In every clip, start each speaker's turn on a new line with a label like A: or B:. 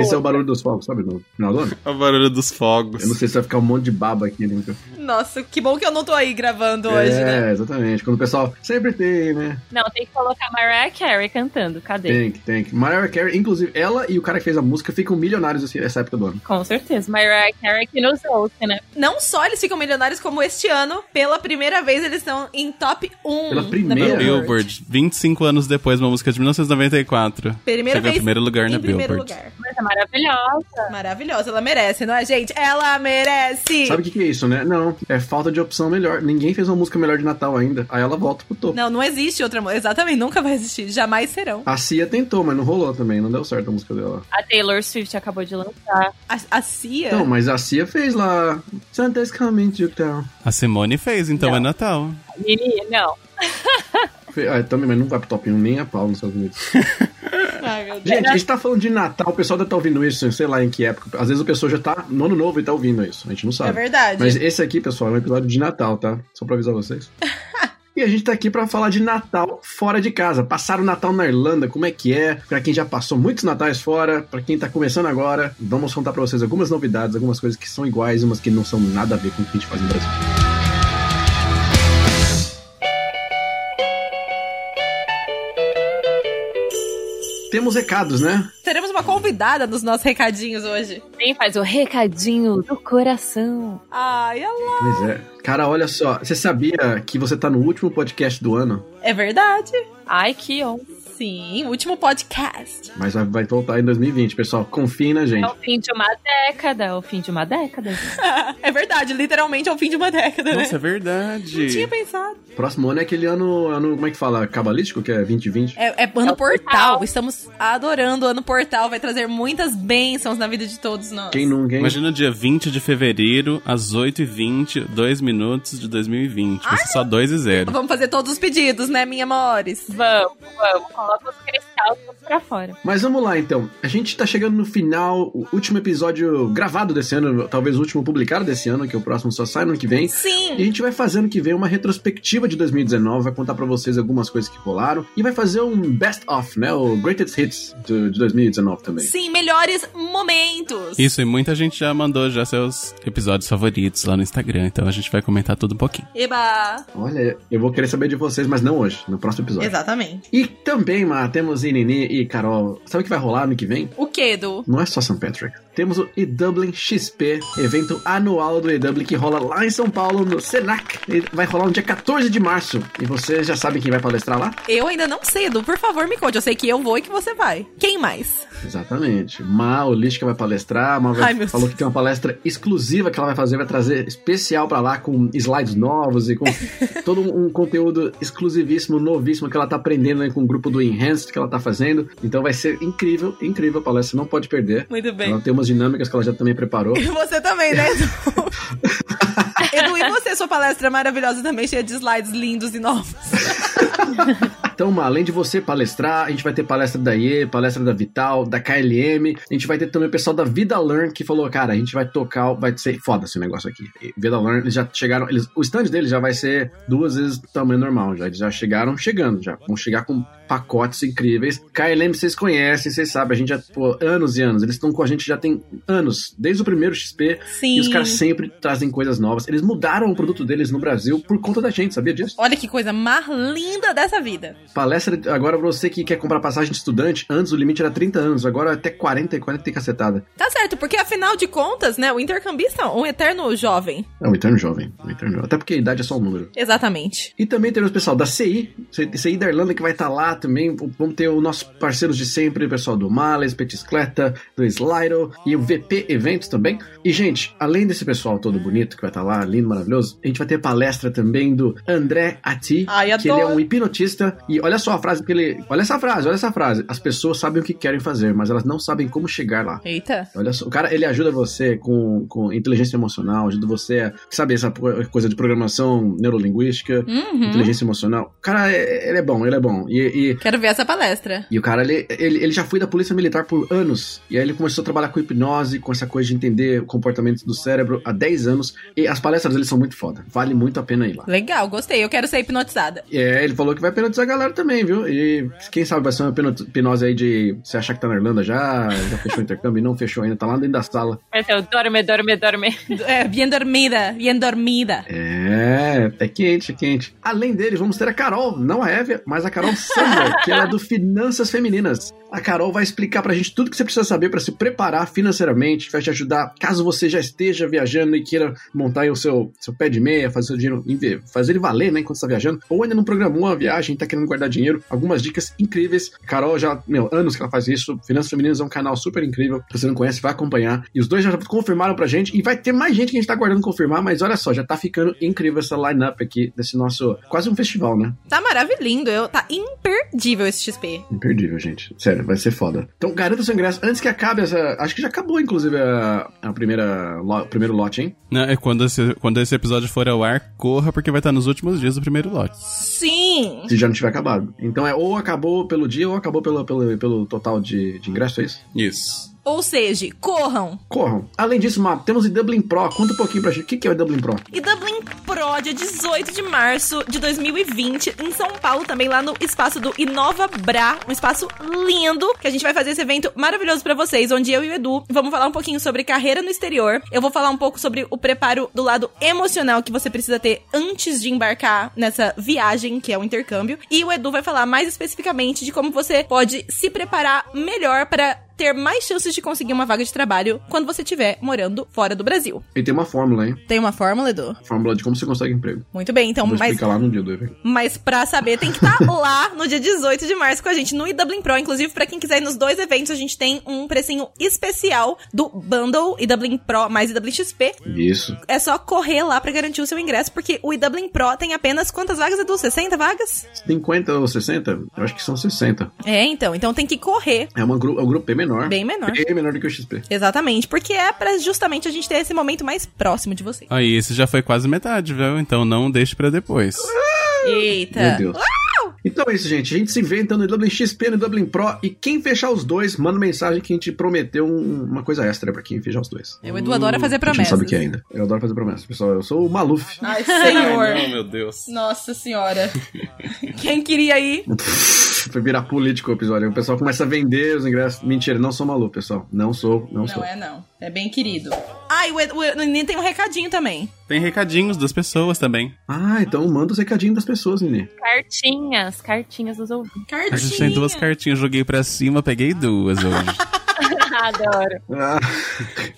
A: Esse é o barulho dos fogos, sabe? No final do ano.
B: É o barulho dos fogos.
A: Eu não sei se vai ficar um monte de baba aqui nunca.
C: Nossa, que bom que eu não tô aí gravando hoje, né?
A: É, exatamente. Quando o pessoal sempre tem, né?
B: é
D: Não, tem que colocar Mariah Carey cantando. Cadê?
A: Tem que, tem que. Mariah Carey, inclusive, ela e o cara que fez a música ficam milionários assim, nessa época do ano.
D: Com certeza. Mariah Carey que nos ouça, né?
C: Não só eles ficam milionários, como este ano, pela primeira vez, eles estão em top 1.
A: Pela
C: na
A: primeira?
B: Billboard, 25 anos depois, uma música de 1994.
C: Primeira
B: Chegou
C: vez
B: em primeiro lugar
C: em
B: na
C: primeiro
B: Billboard.
C: lugar.
D: Mas é maravilhosa.
C: Maravilhosa, ela merece, não é, gente? Ela merece!
A: Sabe o que, que é isso, né? Não, é falta de opção melhor. Ninguém fez uma música melhor de Natal ainda. Aí ela volta pro topo.
C: Não, não existe outra música. Exatamente, nunca vai existir. Jamais serão.
A: A Cia tentou, mas não rolou também. Não deu certo a música dela.
D: A Taylor Swift acabou de lançar.
C: A, a Cia.
A: Não, mas a Cia fez lá. Santa's coming to town.
B: A Simone fez, então
D: Não.
B: é Natal.
D: Menina, não.
A: Fe- Ah, também, mas não vai pro top 1 nem a pau nos Estados Unidos.
C: Ai, meu Deus.
A: Gente, a gente tá falando de Natal, o pessoal deve estar ouvindo isso, sei lá em que época. Às vezes o pessoal já tá no ano novo e tá ouvindo isso, a gente não
C: É
A: sabe.
C: verdade.
A: Mas esse aqui, pessoal, é um episódio de Natal, tá? Só pra avisar vocês. E a gente tá aqui pra falar de Natal fora de casa. Passar o Natal na Irlanda, como é que é? Pra quem já passou muitos Natais fora, pra quem tá começando agora, vamos contar pra vocês algumas novidades, algumas coisas que são iguais, umas que não são nada a ver com o que a gente faz no Brasil. Temos recados, né?
C: Teremos uma convidada nos nossos recadinhos hoje.
D: Quem faz o recadinho do coração?
C: Ai, ela.
A: Pois é. Cara, olha só, você sabia que você tá no último podcast do ano,
C: É verdade.
D: Ai, que on.
C: Sim, último podcast.
A: mas vai, vai voltar em 2020, pessoal. Confiem na
D: É
A: gente.
D: o fim de uma década. É o fim de uma década. gente.
C: é verdade, literalmente é o fim de uma década, né?
B: Nossa, é
C: Não tinha
B: verdade.
C: pensado.
A: Próximo ano é aquele ano, ano, como é que fala? Cabalístico, que é 2020.
C: É, é ano
D: É o
C: portal.
D: portal.
C: Estamos adorando o ano portal. Vai trazer muitas bênçãos na vida de todos nós.
A: Quem nunca, hein?
B: Imagina dia 20 de fevereiro, às 8h20, 2 minutos de 2020. Vai ser
C: Ah,
B: só 2 e 0.
C: Vamos fazer todos os pedidos, né, minha amores?
D: Vamos, vamos. Coloca os cristais todos pra fora.
A: Mas vamos lá, então. A gente tá chegando no final, o último episódio gravado desse ano, talvez o último publicado desse ano, que o próximo só sai no ano que vem.
C: Sim!
A: E a gente vai fazer ano que vem uma retrospectiva de 2019, vai contar pra vocês algumas coisas que rolaram e vai fazer um best of, né? O greatest hits do- de 2019 também.
C: Sim, melhores momentos.
B: Isso, e muita gente já mandou já seus episódios favoritos lá no Instagram, então a gente vai comentar tudo um pouquinho.
C: Eba!
A: Olha, eu vou querer saber de vocês, mas não hoje, no próximo episódio.
C: Exatamente.
A: E também, Má, temos Inini e Carol. Sabe o que vai rolar ano que vem?
C: O que, Edu?
A: Não é só St. Patrick. Temos o E-Dublin XP, evento anual do E-Dublin que rola lá em São Paulo, no Senac. E vai rolar no dia 14 de março. E vocês já sabem quem vai palestrar lá?
C: Eu ainda não sei, Edu. Por favor, me conte. Eu sei que eu vou e que você vai. Quem mais?
A: Exatamente. Má, o Lisca vai palestrar. A Má vai-
C: Ai, meu
A: falou
C: Deus.
A: que tem uma palestra exclusiva que ela vai fazer, vai trazer especial pra lá com slides novos e com todo um um conteúdo exclusivíssimo, novíssimo que ela tá aprendendo aí com o grupo do Enhanced que ela tá fazendo. Então vai ser incrível, incrível a palestra, não pode perder.
C: Muito
A: Ela tem umas dinâmicas que ela já também preparou.
C: E você também, né, Edu? Edu, e você? Sua palestra é maravilhosa também, cheia de slides lindos e novos.
A: Então, Má, além de você palestrar, a gente vai ter palestra da IE, palestra da Vital, da KLM, a gente vai ter também o pessoal da Vida Learn que falou, cara, a gente vai tocar, vai ser foda esse negócio aqui. E Vida Learn, eles já chegaram, eles, o stand deles já vai ser duas vezes o tamanho normal, já, eles já chegaram chegando, já vão chegar com pacotes incríveis. KLM vocês conhecem, vocês sabem, a gente já, pô, anos e anos, eles estão com a gente já tem anos, desde o primeiro XP,
C: Sim.
A: e os caras sempre trazem coisas novas. Eles mudaram o produto deles no Brasil por conta da gente, sabia disso?
C: Olha que coisa mais linda dessa vida.
A: Palestra agora pra você que quer comprar passagem de estudante, antes o limite era 30 anos, agora é até 40 e 40 e cacetada.
C: Tá certo, porque afinal de contas, né, o intercambista é um eterno jovem.
A: É um eterno jovem, um eterno jovem. Até porque a idade é só um número.
C: Exatamente.
A: E também temos o pessoal da CI, C- CI da Irlanda que vai estar lá também. Vamos ter os nossos parceiros de sempre, o pessoal do Males, Petiscleta, do Slido e o VP Eventos também. E, gente, além desse pessoal todo bonito que vai estar lá, lindo, maravilhoso, a gente vai ter palestra também do André Ati,
C: Ai,
A: que ele é
C: adoro.
A: um hipnotista. E olha só a frase que ele. Olha essa frase, olha essa frase. As pessoas sabem o que querem fazer, mas elas não sabem como chegar lá.
C: Eita.
A: Olha só, o cara, ele ajuda você com, com inteligência emocional, ajuda você a saber essa po- coisa de programação neurolinguística,
C: Uhum.
A: inteligência emocional. O cara, é- ele é bom, ele é bom. E, e,
C: Quero ver essa palestra.
A: e o cara, ele, ele, ele já foi da polícia militar por anos. E aí ele começou a trabalhar com hipnose, com essa coisa de entender o comportamento do cérebro há 10 anos. E as palestras dele são muito foda. Vale muito a pena ir lá.
C: Legal, gostei. Eu quero ser hipnotizada.
A: É, ele falou que vai hipnotizar a galera comentário também, viu? E quem sabe vai ser uma peno- hipnose aí de você achar que tá na Irlanda já, já fechou o intercâmbio e não fechou ainda, tá lá dentro da sala.
D: Vai ser o dorme, dorme, dorme.
C: É, bien dormida, bien dormida.
A: É, é quente, é quente. Além deles, vamos ter a Carol, não a Eve, mas a Carol Sandler, que ela é do Finanças Femininas. A Carol vai explicar pra gente tudo que você precisa saber pra se preparar financeiramente, vai te ajudar caso você já esteja viajando e queira montar aí o seu, seu pé de meia, fazer o seu dinheiro, inve- fazer ele valer, né, enquanto você tá viajando, ou ainda não programou uma viagem, tá querendo guardar dinheiro, algumas dicas incríveis. A Carol já, meu, anos que ela faz isso, Finanças Femininas é um canal super incrível, se você não conhece, vai acompanhar. E os dois já confirmaram pra gente, e vai ter mais gente que a gente tá aguardando confirmar, mas olha só, já tá ficando incrível essa lineup aqui desse nosso, quase um festival, né?
C: Tá maravilhoso, eu, tá imperdível esse XP.
A: Imperdível, gente. Sério, vai ser foda. Então, garanta seu ingresso antes que acabe essa. Acho que já acabou, inclusive, a, a primeira lo- o primeiro lote, hein?
B: Não, é quando esse, quando esse episódio for ao ar, corra, porque vai estar nos últimos dias do primeiro lote.
C: Sim!
A: Se já não tiver acabado. Então é ou acabou pelo dia ou acabou pelo, pelo, pelo total de, de ingresso, é isso?
B: Isso.
C: Ou seja, corram!
A: Corram. Além disso, Map, temos o Dublin Pro. Conta um pouquinho pra gente. O que, que é o Dublin Pro?
C: E Dublin Pro, dia 18 de março de 2020, em São Paulo, também lá no espaço do Inova Bra, um espaço lindo, que a gente vai fazer esse evento maravilhoso pra vocês, onde eu e o Edu vamos falar um pouquinho sobre carreira no exterior. Eu vou falar um pouco sobre o preparo do lado emocional que você precisa ter antes de embarcar nessa viagem, que é o intercâmbio. E o Edu vai falar mais especificamente de como você pode se preparar melhor pra ter mais chances de conseguir uma vaga de trabalho quando você estiver morando fora do Brasil.
A: E tem uma fórmula, hein?
C: Tem uma fórmula, Edu?
A: Fórmula de como você consegue emprego.
C: Muito bem, então,
A: Vou
C: mas,
A: explicar lá no dia do evento.
C: mas pra saber, tem que estar lá no dia 18 de março com a gente no eDublin Pro. Inclusive, pra quem quiser ir nos dois eventos, a gente tem um precinho especial do Bundle eDublin Pro mais eDublin XP.
A: Isso.
C: É só correr lá pra garantir o seu ingresso, porque o eDublin Pro tem apenas quantas vagas, Edu? 60 vagas?
A: 50 ou 60? Eu acho que são 60.
C: É, então. Então tem que correr.
A: É, uma gru é um grupo bem menor.
C: Bem menor.
A: Bem menor do que o XP.
C: Exatamente, porque é pra justamente a gente ter esse momento mais próximo de você.
B: Aí, esse já foi quase metade, viu? Então não deixe pra depois.
A: Meu
C: Eita.
A: Deus. Então é isso, gente. A gente se vê então no Dublin XP, no Dublin Pro. E quem fechar os dois, manda mensagem que a gente prometeu um- uma coisa extra pra quem fechar os dois.
C: O Edu adora fazer
A: A gente não
C: promessas.
A: sabe o que é ainda. Eu adoro fazer promessas, pessoal. Eu sou o Maluf.
C: Ai,
B: Ai, não, meu Deus.
C: Nossa senhora. Quem queria ir?
A: Foi virar político o episódio. O pessoal começa a vender os ingressos. Mentira, não sou Maluf, pessoal. Não sou, não, sou.
C: é não. É bem querido. Ah, e o, Ed- o, Ed- o Nenê tem um recadinho também.
B: Tem recadinhos das pessoas também.
A: Ah, então manda os recadinhos das pessoas, Nini.
D: Cartinhas, cartinhas dos ouvintes.
C: Cartinha.
B: A gente tem duas cartinhas, joguei pra cima, peguei duas hoje.
D: Adoro.
A: Ah,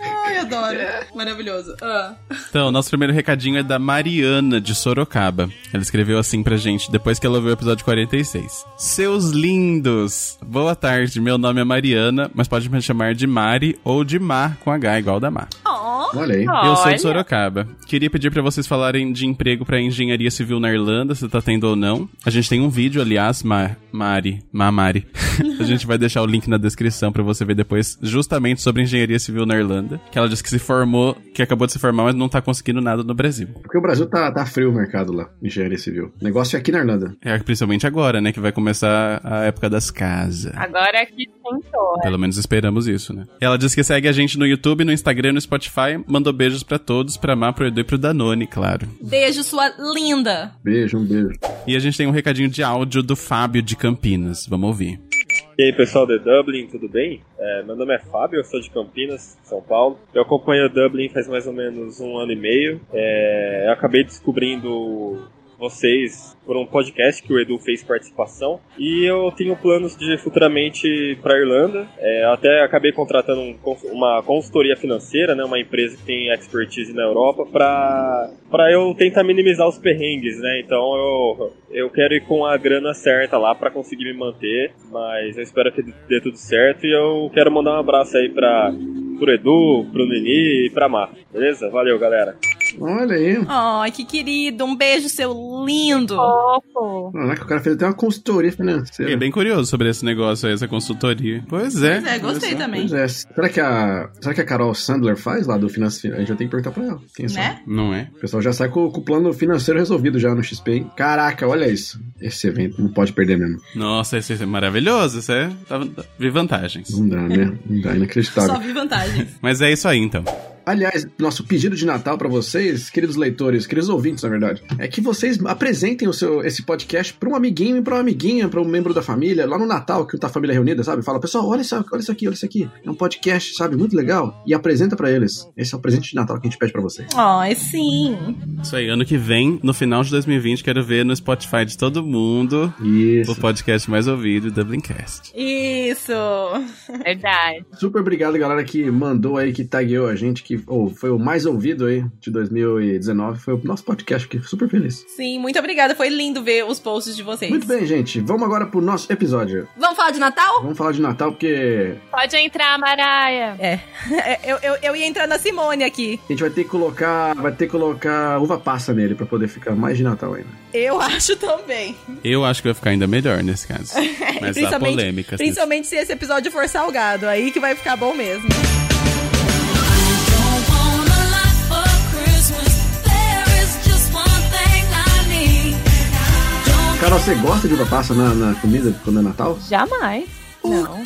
C: Ai, adoro. Maravilhoso. Ah.
B: Então, nosso primeiro recadinho é da Mariana de Sorocaba. Ela escreveu assim pra gente depois que ela ouviu o episódio 46. Seus lindos! Boa tarde, meu nome é Mariana, mas pode me chamar de Mari ou de Mar com H igual da Mar.
C: Ó.
A: olha aí.
B: Eu sou
D: Olha.
B: de Sorocaba. Queria pedir pra vocês falarem de emprego pra engenharia civil na Irlanda, se tá tendo ou não. A gente tem um vídeo, aliás, Ma Mari, Ma Mari. a gente vai deixar o link na descrição pra você ver depois, justamente sobre engenharia civil na Irlanda, que ela disse que se formou, que acabou de se formar, mas não tá conseguindo nada no Brasil.
A: Porque o Brasil tá, tá frio o mercado lá, engenharia civil. O negócio é aqui na Irlanda.
B: É, principalmente agora, né, que vai começar a época das casas.
D: Agora que sentou.
B: Pelo menos esperamos isso, né? Ela disse que segue a gente no YouTube, no Instagram, no Spotify. Mandou beijos pra todos, pra Má, pro Edu e pro Danone, claro.
C: Beijo, sua linda.
A: Beijo, um beijo.
B: E a gente tem um recadinho de áudio do Fábio de Campinas. Vamos ouvir.
E: E aí pessoal do Dublin, tudo bem? É, meu nome é Fábio, eu sou de Campinas, São Paulo. Eu acompanho o Dublin faz mais ou menos um ano e meio. É, eu acabei descobrindo vocês por um podcast que o Edu fez participação. E eu tenho planos de futuramente ir para Irlanda. É, eu até acabei contratando um cons- uma consultoria financeira, né, uma empresa que tem expertise na Europa, para eu tentar minimizar os perrengues. Né? Então eu, eu quero ir com a grana certa lá pra conseguir me manter, mas eu espero que dê tudo certo e eu quero mandar um abraço aí pra, pro Edu, pro Nini e pra Mar. Beleza? Valeu, galera.
A: Olha aí.
C: Ai, que querido. Um beijo, seu lindo.
D: Fofo.
A: Caraca, Ah, né, o cara fez até uma consultoria financeira.
B: Fiquei bem curioso sobre esse negócio aí, essa consultoria. Pois é.
C: Pois é, gostei também.
A: Pois é. Será que a, será que a Carol Sandler faz lá do financeiro? A gente vai ter que perguntar pra ela. Quem sabe?
C: Né?
B: Não é?
A: O pessoal já sai com, com o plano financeiro resolvido já no XP, hein? Caraca, olha isso. Esse evento não pode perder mesmo.
B: Nossa, isso é maravilhoso. Isso é. tá- Vi vantagens.
A: Não dá, né? Não dá,
C: Só
A: inacreditável.
C: vi vantagens.
B: Mas é isso aí, então.
A: Aliás, nosso pedido de Natal pra vocês, queridos leitores, queridos ouvintes, na verdade, é que vocês apresentem o seu, esse podcast pra um amiguinho, e pra uma amiguinha, pra um membro da família, lá no Natal, que tá a família reunida, sabe? Fala, pessoal, olha isso, olha isso aqui, olha isso aqui. É um podcast, sabe? Muito legal. E apresenta pra eles. Esse é o presente de Natal que a gente pede pra vocês.
C: Ai, sim.
B: Isso aí, ano que vem, no final de 2020, quero ver no Spotify de todo mundo
A: Isso.
B: o podcast mais ouvido, Dublincast.
C: Isso.
D: Verdade.
A: Super obrigado, galera, que mandou aí, que tagueou a gente, que ou, foi o mais ouvido aí de 2019. Foi o nosso podcast, fiquei super feliz.
C: Sim, muito obrigada. Foi lindo ver os posts de vocês.
A: Muito bem, gente. Vamos agora pro nosso episódio.
C: Vamos falar de Natal?
A: Vamos falar de Natal, porque
D: Pode entrar, Maraia.
C: É, eu, eu, eu ia entrar na Simone aqui.
A: a gente vai ter que colocar. Vai ter que colocar uva passa nele pra poder ficar mais de Natal ainda.
C: Eu acho também.
B: Eu acho que vai ficar ainda melhor nesse caso. Mas há
C: Principalmente-
B: polêmicas. nesse-
C: Principalmente se esse episódio for salgado, aí que vai ficar bom mesmo.
F: Don't want a lot for Christmas. There is just one thing I need. Don't
A: Carol, você gosta de uva passa na, na comida quando é Natal?
D: Jamais. Não.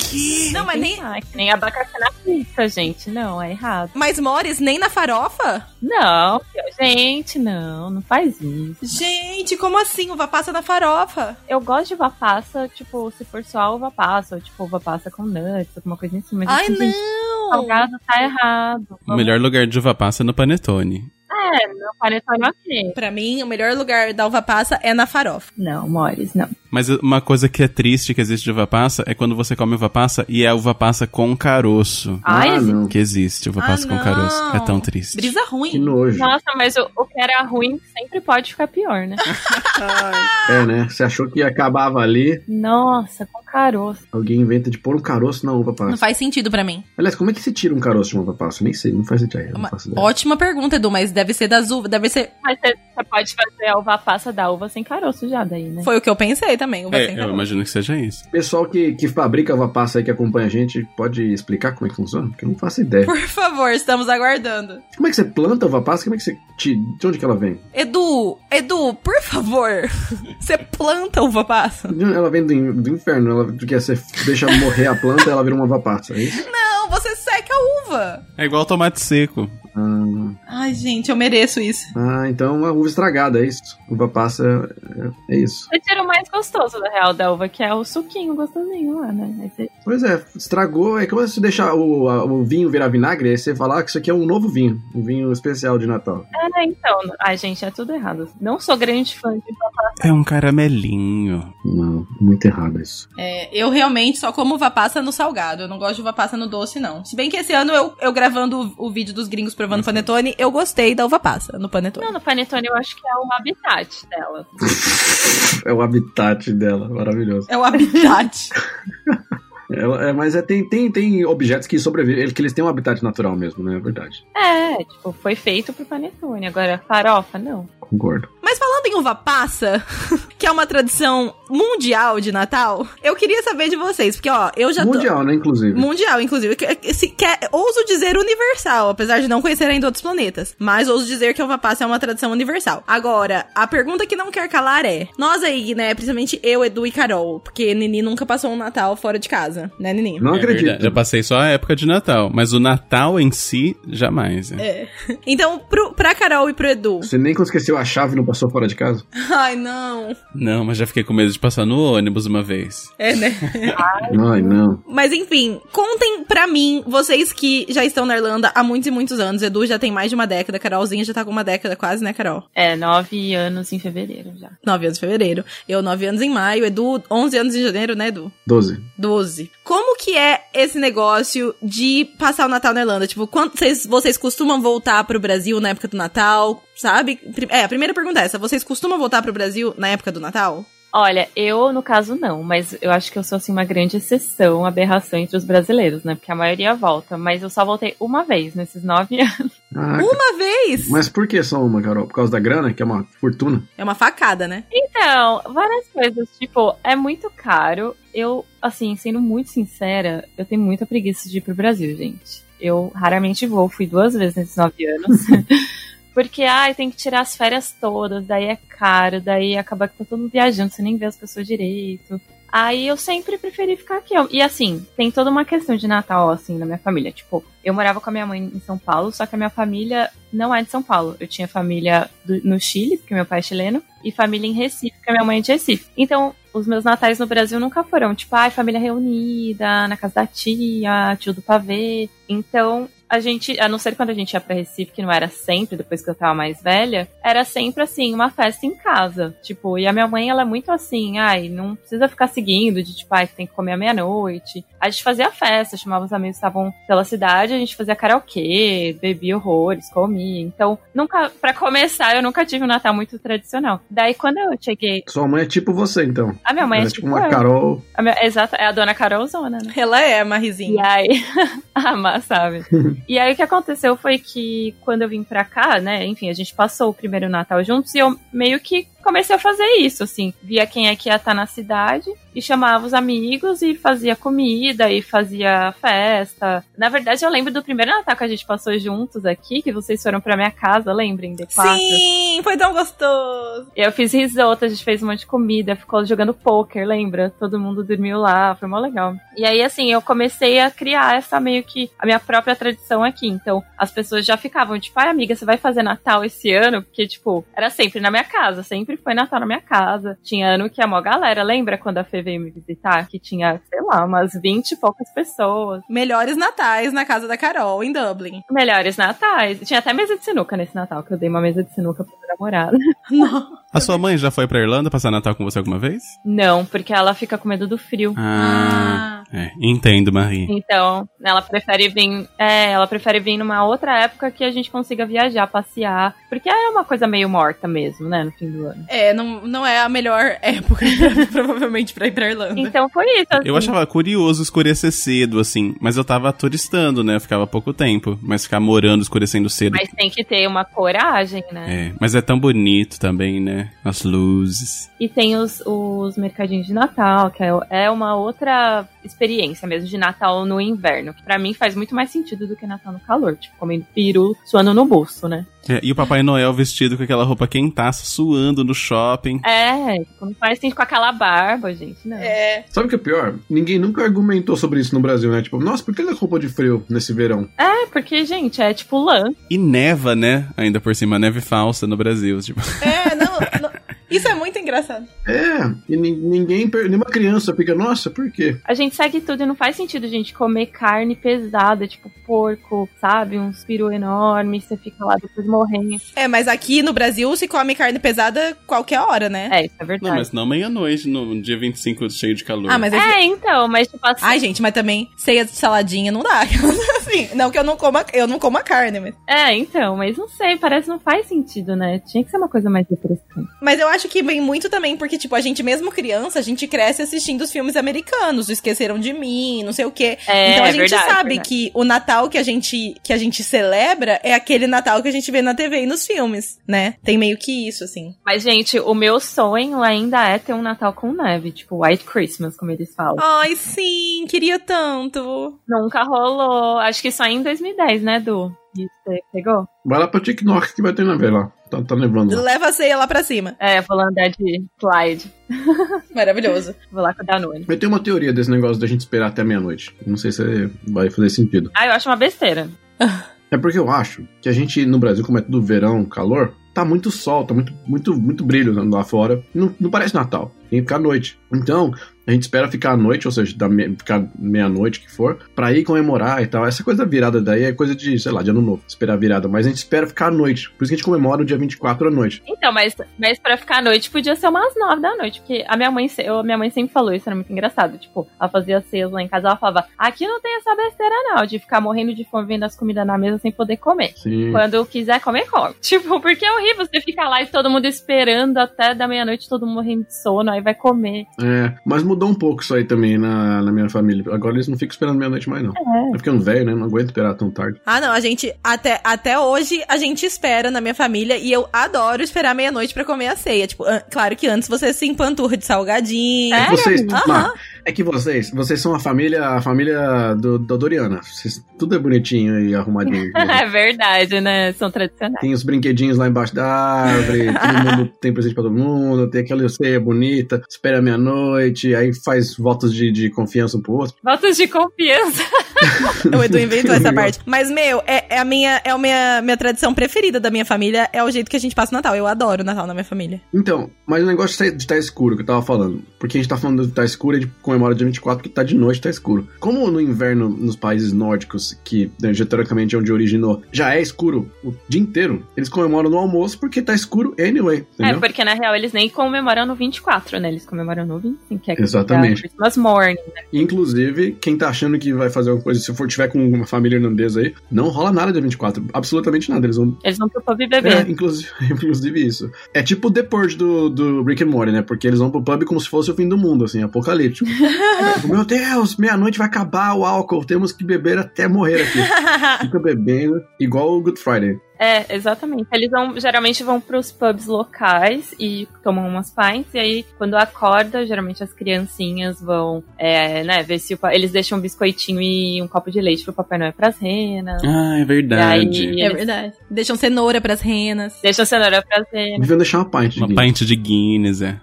C: Não, mas nem.
D: Ah, que nem abacaxi na pizza, gente. Não, é errado.
C: Mas Mores, nem na farofa?
D: Não, gente, não, não faz isso.
C: Gente, como assim? Uva passa na farofa?
D: Eu gosto de uva passa, tipo, se for só uva passa, ou tipo, uva passa com nuts, alguma coisa assim. Mas
C: Ai,
D: assim, gente,
C: não!
D: salgado tá errado.
B: O melhor lugar de uva passa é no Panetone.
D: É, meu paletone ok.
C: Pra mim, o melhor lugar da uva passa é na farofa.
D: Não, Mores, não.
B: Mas uma coisa que é triste que existe de uva passa é quando você come uva passa e é a uva passa com caroço.
D: Ai,
A: ah,
D: gente,
A: não.
B: Que existe, uva
C: Ah,
B: passa com
C: não.
B: caroço. É tão triste.
C: Brisa
A: Que
C: ruim.
A: nojo.
D: nossa, mas o, o que era ruim sempre pode ficar pior, né?
A: É, né? Você achou que acabava ali,
D: nossa, com caroço.
A: alguém inventa de pôr um caroço na uva
C: Não
A: passa.
C: faz sentido pra mim.
A: Aliás, como é que se tira um caroço de uma uva passa? Nem sei, não faz ideia. Não
C: Uma
A: faço ideia.
C: ótima pergunta, Edu, mas deve ser das uvas. Deve ser.
D: Mas você, você pode fazer a uva passa da uva sem caroço já daí, né?
C: Foi o que eu pensei também. Uva
B: É,
C: sem
B: eu
C: caroço.
B: imagino que seja isso.
A: Pessoal que, que fabrica uva passa aí, que acompanha a gente, pode explicar como é que funciona? Porque eu não faço ideia.
C: Por favor, estamos aguardando.
A: Como é que você planta uva passa? Como é que você. Te... De onde que ela vem?
C: Edu, Edu, por favor, você planta uva passa?
A: De onde- Ela vem do, in- do inferno. Ela do que é, você deixa morrer a planta ela vira uma uva passa, é isso?
C: Não, você seca a uva.
B: É igual tomate seco.
A: Ah,
C: Ai, gente, eu mereço isso.
A: ah, então uma uva estragada, é isso. Uva passa é, é isso.
D: Você tira o mais gostoso da real da uva, que é o suquinho gostosinho lá, né? Aí você-
A: Pois é, estragou. É como se deixar o, a- o vinho virar vinagre, aí você falar que isso aqui é um novo vinho, um vinho especial de Natal.
D: É, então. Ai, gente, é tudo errado. Não sou grande fã de uva
B: É um caramelinho.
A: Não, muito errado isso.
C: É, eu realmente só como uva passa no salgado. Eu não gosto de uva passa no doce, não. Se bem que esse ano eu, eu gravando o, o vídeo dos gringos provando panetone, eu gostei da uva passa no panetone.
D: Não, no Panetone eu acho que é o habitat dela.
A: É o habitat dela, maravilhoso.
C: É o habitat.
A: É, é, mas é, tem, tem, tem objetos que sobrevivem, ele- que eles têm um habitat natural mesmo, né? É verdade.
D: É, tipo, foi feito pro Panetone. Agora, farofa, não.
A: Concordo.
C: Mas falando em uva passa, que é uma tradição mundial de Natal, eu queria saber de vocês, porque ó, eu já tô.
A: Mundial, né, inclusive.
C: Mundial, inclusive. Que- que- Se quer, ouso dizer universal, apesar de não conhecer ainda outros planetas. Mas ouso dizer que a uva passa é uma tradição universal. Agora, a pergunta que não quer calar é: nós aí, né? Principalmente eu, Edu e Carol, porque Nini nunca passou um Natal fora de casa, né, Nini?
A: Não
B: É
A: acredito.
B: verdade, Eu passei só a época de Natal, mas o Natal em si, jamais. É.
C: É. Então, pro, pra Carol e pro Edu.
A: Você nem esqueceu a chave e não passou fora de casa?
C: Ai, não.
B: Não, mas já fiquei com medo de passar no ônibus uma vez.
C: É, né?
A: Ai, não.
C: Mas enfim, contem pra mim, vocês que já estão na Irlanda há muitos e muitos anos. Edu já tem mais de uma década, Carolzinha já tá com uma década quase, né, Carol?
D: É, nove anos em fevereiro já.
C: 9 anos em fevereiro. Eu, 9 anos em maio. Edu, 11 anos em janeiro, né, Edu?
A: Doze.
C: 12. Como que é esse negócio de passar o Natal na Irlanda? Tipo, quando vocês, vocês costumam voltar pro Brasil na época do Natal? Sabe? Pri- É, a primeira pergunta é essa. Vocês costumam voltar pro Brasil na época do Natal?
D: Olha, eu, no caso, não, mas eu acho que eu sou, assim, uma grande exceção, uma aberração entre os brasileiros, né? Porque a maioria volta, mas eu só voltei uma vez nesses nove anos.
A: Ah,
C: Uma vez!
A: Mas por que só uma, Carol? Por causa da grana, que é uma fortuna?
C: É uma facada, né?
D: Então, várias coisas, tipo, é muito caro. Eu, assim, sendo muito sincera, eu tenho muita preguiça de ir pro Brasil, gente. Eu raramente vou, fui duas vezes nesses nove anos. Porque, ai, tem que tirar as férias todas, daí é caro, daí acaba que tá todo mundo viajando, você nem vê as pessoas direito. Aí eu sempre preferi ficar aqui. ó. E assim, tem toda uma questão de Natal, assim, na minha família. Tipo, eu morava com a minha mãe em São Paulo, só que a minha família não é de São Paulo. Eu tinha família do- no Chile, porque meu pai é chileno, e família em Recife, porque minha mãe é de Recife. Então, os meus natais no Brasil nunca foram, tipo, ai, família reunida, na casa da tia, tio do pavê. Então, a gente, a não ser quando a gente ia pra Recife, que não era sempre, depois que eu tava mais velha, era sempre assim, uma festa em casa. Tipo, e a minha mãe, ela é muito assim, ai, não precisa ficar seguindo de tipo, ai, tem que comer à meia-noite. A gente fazia festa, chamava os amigos que estavam pela cidade, a gente fazia karaokê, bebia horrores, comia. Então, nunca, pra começar, eu nunca tive um Natal muito tradicional. Daí, quando eu cheguei,
A: Sua mãe é tipo você, então.
D: a minha mãe
A: Ela é
D: é
A: tipo
D: tipo
A: uma
D: eu.
A: Carol.
D: A minha- exato, é a dona Carolzona, né?
C: Ela é,
D: E
C: Marrizinha.
D: aí, a Má sabe. e aí o que aconteceu foi que quando eu vim pra cá, né, enfim, a gente passou o primeiro Natal juntos e eu meio que comecei a fazer isso, assim. Via quem é que ia estar na cidade e chamava os amigos e fazia comida e fazia festa. Na verdade, eu lembro do primeiro Natal que a gente passou juntos aqui, que vocês foram pra minha casa, lembrem, de quatro.
C: Sim, foi tão gostoso.
D: E eu fiz risoto, a gente fez um monte de comida, ficou jogando poker, lembra? Todo mundo dormiu lá, foi mó legal. E aí, assim, eu comecei a criar essa meio que a minha própria tradição aqui. Então, as pessoas já ficavam tipo, ai, amiga, você vai fazer Natal esse ano? Porque, tipo, era sempre na minha casa, sempre foi Natal na minha casa. Tinha ano que a mó galera, lembra quando a Fê veio me visitar? Que tinha, sei lá, umas 20 e poucas pessoas.
C: Melhores natais na casa da Carol, em Dublin.
D: Melhores natais. Tinha até mesa de sinuca nesse Natal, que eu dei uma mesa de sinuca pro meu namorado.
B: A sua mãe já foi pra Irlanda passar Natal com você alguma vez?
D: Não, porque ela fica com medo do frio.
B: Ah. É, entendo, Marie.
D: Então, ela prefere vir. É, ela prefere vir numa outra época que a gente consiga viajar, passear. Porque é uma coisa meio morta mesmo, né? No fim do ano.
C: É, não, não é a melhor época, provavelmente, pra ir pra Irlanda.
D: Então foi isso. assim.
B: Uhum. Eu achava curioso escurecer cedo, assim, mas eu tava turistando, né? Eu ficava pouco tempo, mas ficar morando escurecendo cedo.
D: Mas tem que ter uma coragem, né?
B: É, mas é tão bonito também, né? As luzes.
D: E tem os, os mercadinhos de Natal, que é, é uma outra experiência mesmo de Natal no inverno. Que pra mim faz muito mais sentido do que Natal no calor. Tipo, comendo peru, suando no bolso, né?
B: É, e o Papai Noel vestido com aquela roupa quentaça, suando no shopping.
D: É, tipo, não faz sentido com aquela barba, gente. Não.
C: É.
A: Sabe o que é pior? Ninguém nunca argumentou sobre isso no Brasil, né? Tipo, nossa, por que ele é roupa de frio nesse verão?
D: é porque, gente, é tipo lã.
B: E neva, né? Ainda por cima, neve falsa no Brasil. Tipo,
C: É, não, não- Isso é muito engraçado.
A: É, e ni- ninguém, per- nenhuma criança fica, nossa, por quê?
D: A gente segue tudo e não faz sentido, gente, comer carne pesada, tipo porco, sabe? Uns peru enorme, você fica lá depois morrendo.
C: É, mas aqui no Brasil se come carne pesada qualquer hora, né?
D: É, isso é
B: não,
D: verdade.
B: mas não meia-noite, no dia 25 cheio de calor.
C: Ah, mas aqui...
D: É, então, mas tipo assim,
C: Ai, gente, mas também ceia de saladinha não dá. assim, não que eu não coma, eu não como a carne, mas...
D: é, então, mas não sei, parece que não faz sentido, né? Tinha que ser uma coisa mais refrescante.
C: Mas eu acho que vem muito também, porque, tipo, a gente mesmo criança, a gente cresce assistindo os filmes americanos, o Esqueceram de Mim, não sei o quê.
D: É,
C: então a gente
D: verdade,
C: sabe
D: verdade.
C: que o Natal que a gente que a gente celebra é aquele Natal que a gente vê na TV e nos filmes, né? Tem meio que isso, assim.
D: Mas gente, o meu sonho ainda é ter um Natal com neve, tipo White Christmas, como eles falam.
C: Ai, sim, queria tanto.
D: Nunca rolou. Acho que só em 2010, né, Du? Isso, você pegou?
A: Vai lá pra Tiknok que vai ter na vela. Tá, tá nevando. lá.
C: Leva a ceia lá pra cima.
D: É, vou lá andar de slide.
C: Maravilhoso.
D: Vou lá com a Danone.
A: Eu tenho uma teoria desse negócio da gente esperar até meia-noite. Não sei se vai fazer sentido.
D: Ah, eu acho uma besteira.
A: É porque eu acho que a gente, no Brasil, como é tudo verão, calor, tá muito sol, tá muito, muito, muito brilho lá fora. Não, não parece Natal. Tem que ficar à noite. Então, a gente espera ficar à noite, ou seja, da me- ficar meia-noite que for, pra ir comemorar e tal. Essa coisa da virada daí é coisa de, sei lá, de ano novo, esperar a virada. Mas a gente espera ficar à noite. Por isso que a gente comemora o dia 24 à noite.
D: Então, mas, mas pra ficar à noite podia ser umas nove da noite, porque a minha mãe, se- eu, a minha mãe sempre falou isso, era muito engraçado. Tipo, ela fazia ceias lá em casa, ela falava, aqui não tem essa besteira não, de ficar morrendo de fome vendo as comidas na mesa sem poder comer.
A: Sim.
D: Quando quiser comer, come. Tipo, porque é horrível você ficar lá e todo mundo esperando até da meia-noite, todo mundo morrendo de sono, aí vai comer.
A: É, mas mudou um pouco isso aí também na, na minha família. Agora eles não ficam esperando meia-noite mais, não. Tá ficando velho, né? Não aguento esperar tão tarde.
C: Ah, não, a gente até, até hoje a gente espera na minha família e eu adoro esperar meia-noite pra comer a ceia. Tipo, an- claro que antes você se empanturra de salgadinho.
D: É?
A: Vocês,
C: Aham.
A: Mar, É que vocês, vocês são a família, a família do, do Doriana. Vocês- tudo é bonitinho e arrumadinho.
D: É verdade, né? São tradicionais.
A: Tem os brinquedinhos lá embaixo da árvore, todo mundo tem presente pra todo mundo, tem aquela ceia bonita, espera meia-noite, aí faz votos de, de confiança um pro outro.
D: Votos de confiança.
C: O Edu inventou essa parte. Mas, meu, é, é a, minha, é a minha, minha tradição preferida da minha família. É o jeito que a gente passa o Natal. Eu adoro o Natal na minha família.
A: Então, mas o negócio de tá- de tá escuro que eu tava falando. Porque a gente tá falando de tá escuro e de comemora o dia 24 que tá de noite, tá escuro. Como no inverno, nos países nórdicos, que né, já, teoricamente é onde originou, já é escuro o dia inteiro, eles comemoram no almoço porque tá escuro anyway, entendeu?
D: É, porque na real eles nem comemoram no 24, né? Eles comemoram no 25, que é
A: Exatamente.
D: que é o Christmas morning.
A: Inclusive, quem tá achando que vai fazer alguma coisa, se for tiver com uma família irlandesa aí, não rola nada dia 24. Absolutamente nada. Eles vão.
D: Eles vão pro pub beber.
A: É, inclusive, inclusive isso. É tipo o The Purge do, do Rick and Morty, né? Porque eles vão pro pub como se fosse o fim do mundo, assim, apocalíptico. É, tipo, Meu Deus, meia-noite vai acabar o álcool, temos que beber até morrer aqui. Fica bebendo, igual o Good Friday.
D: É, exatamente. Eles vão, geralmente vão pros pubs locais e tomam umas pints. E aí, quando acorda, geralmente as criancinhas vão, é, né, ver se o, pa- eles deixam um biscoitinho e um copo de leite pro Papai Noel e pras renas.
B: Ah, é
D: E
B: verdade.
D: aí-
C: É verdade. Deixam cenoura pras renas.
D: Deixam cenoura pras renas.
A: Deviam deixar uma pint.
B: Uma
A: gente.
B: pint de Guinness, é.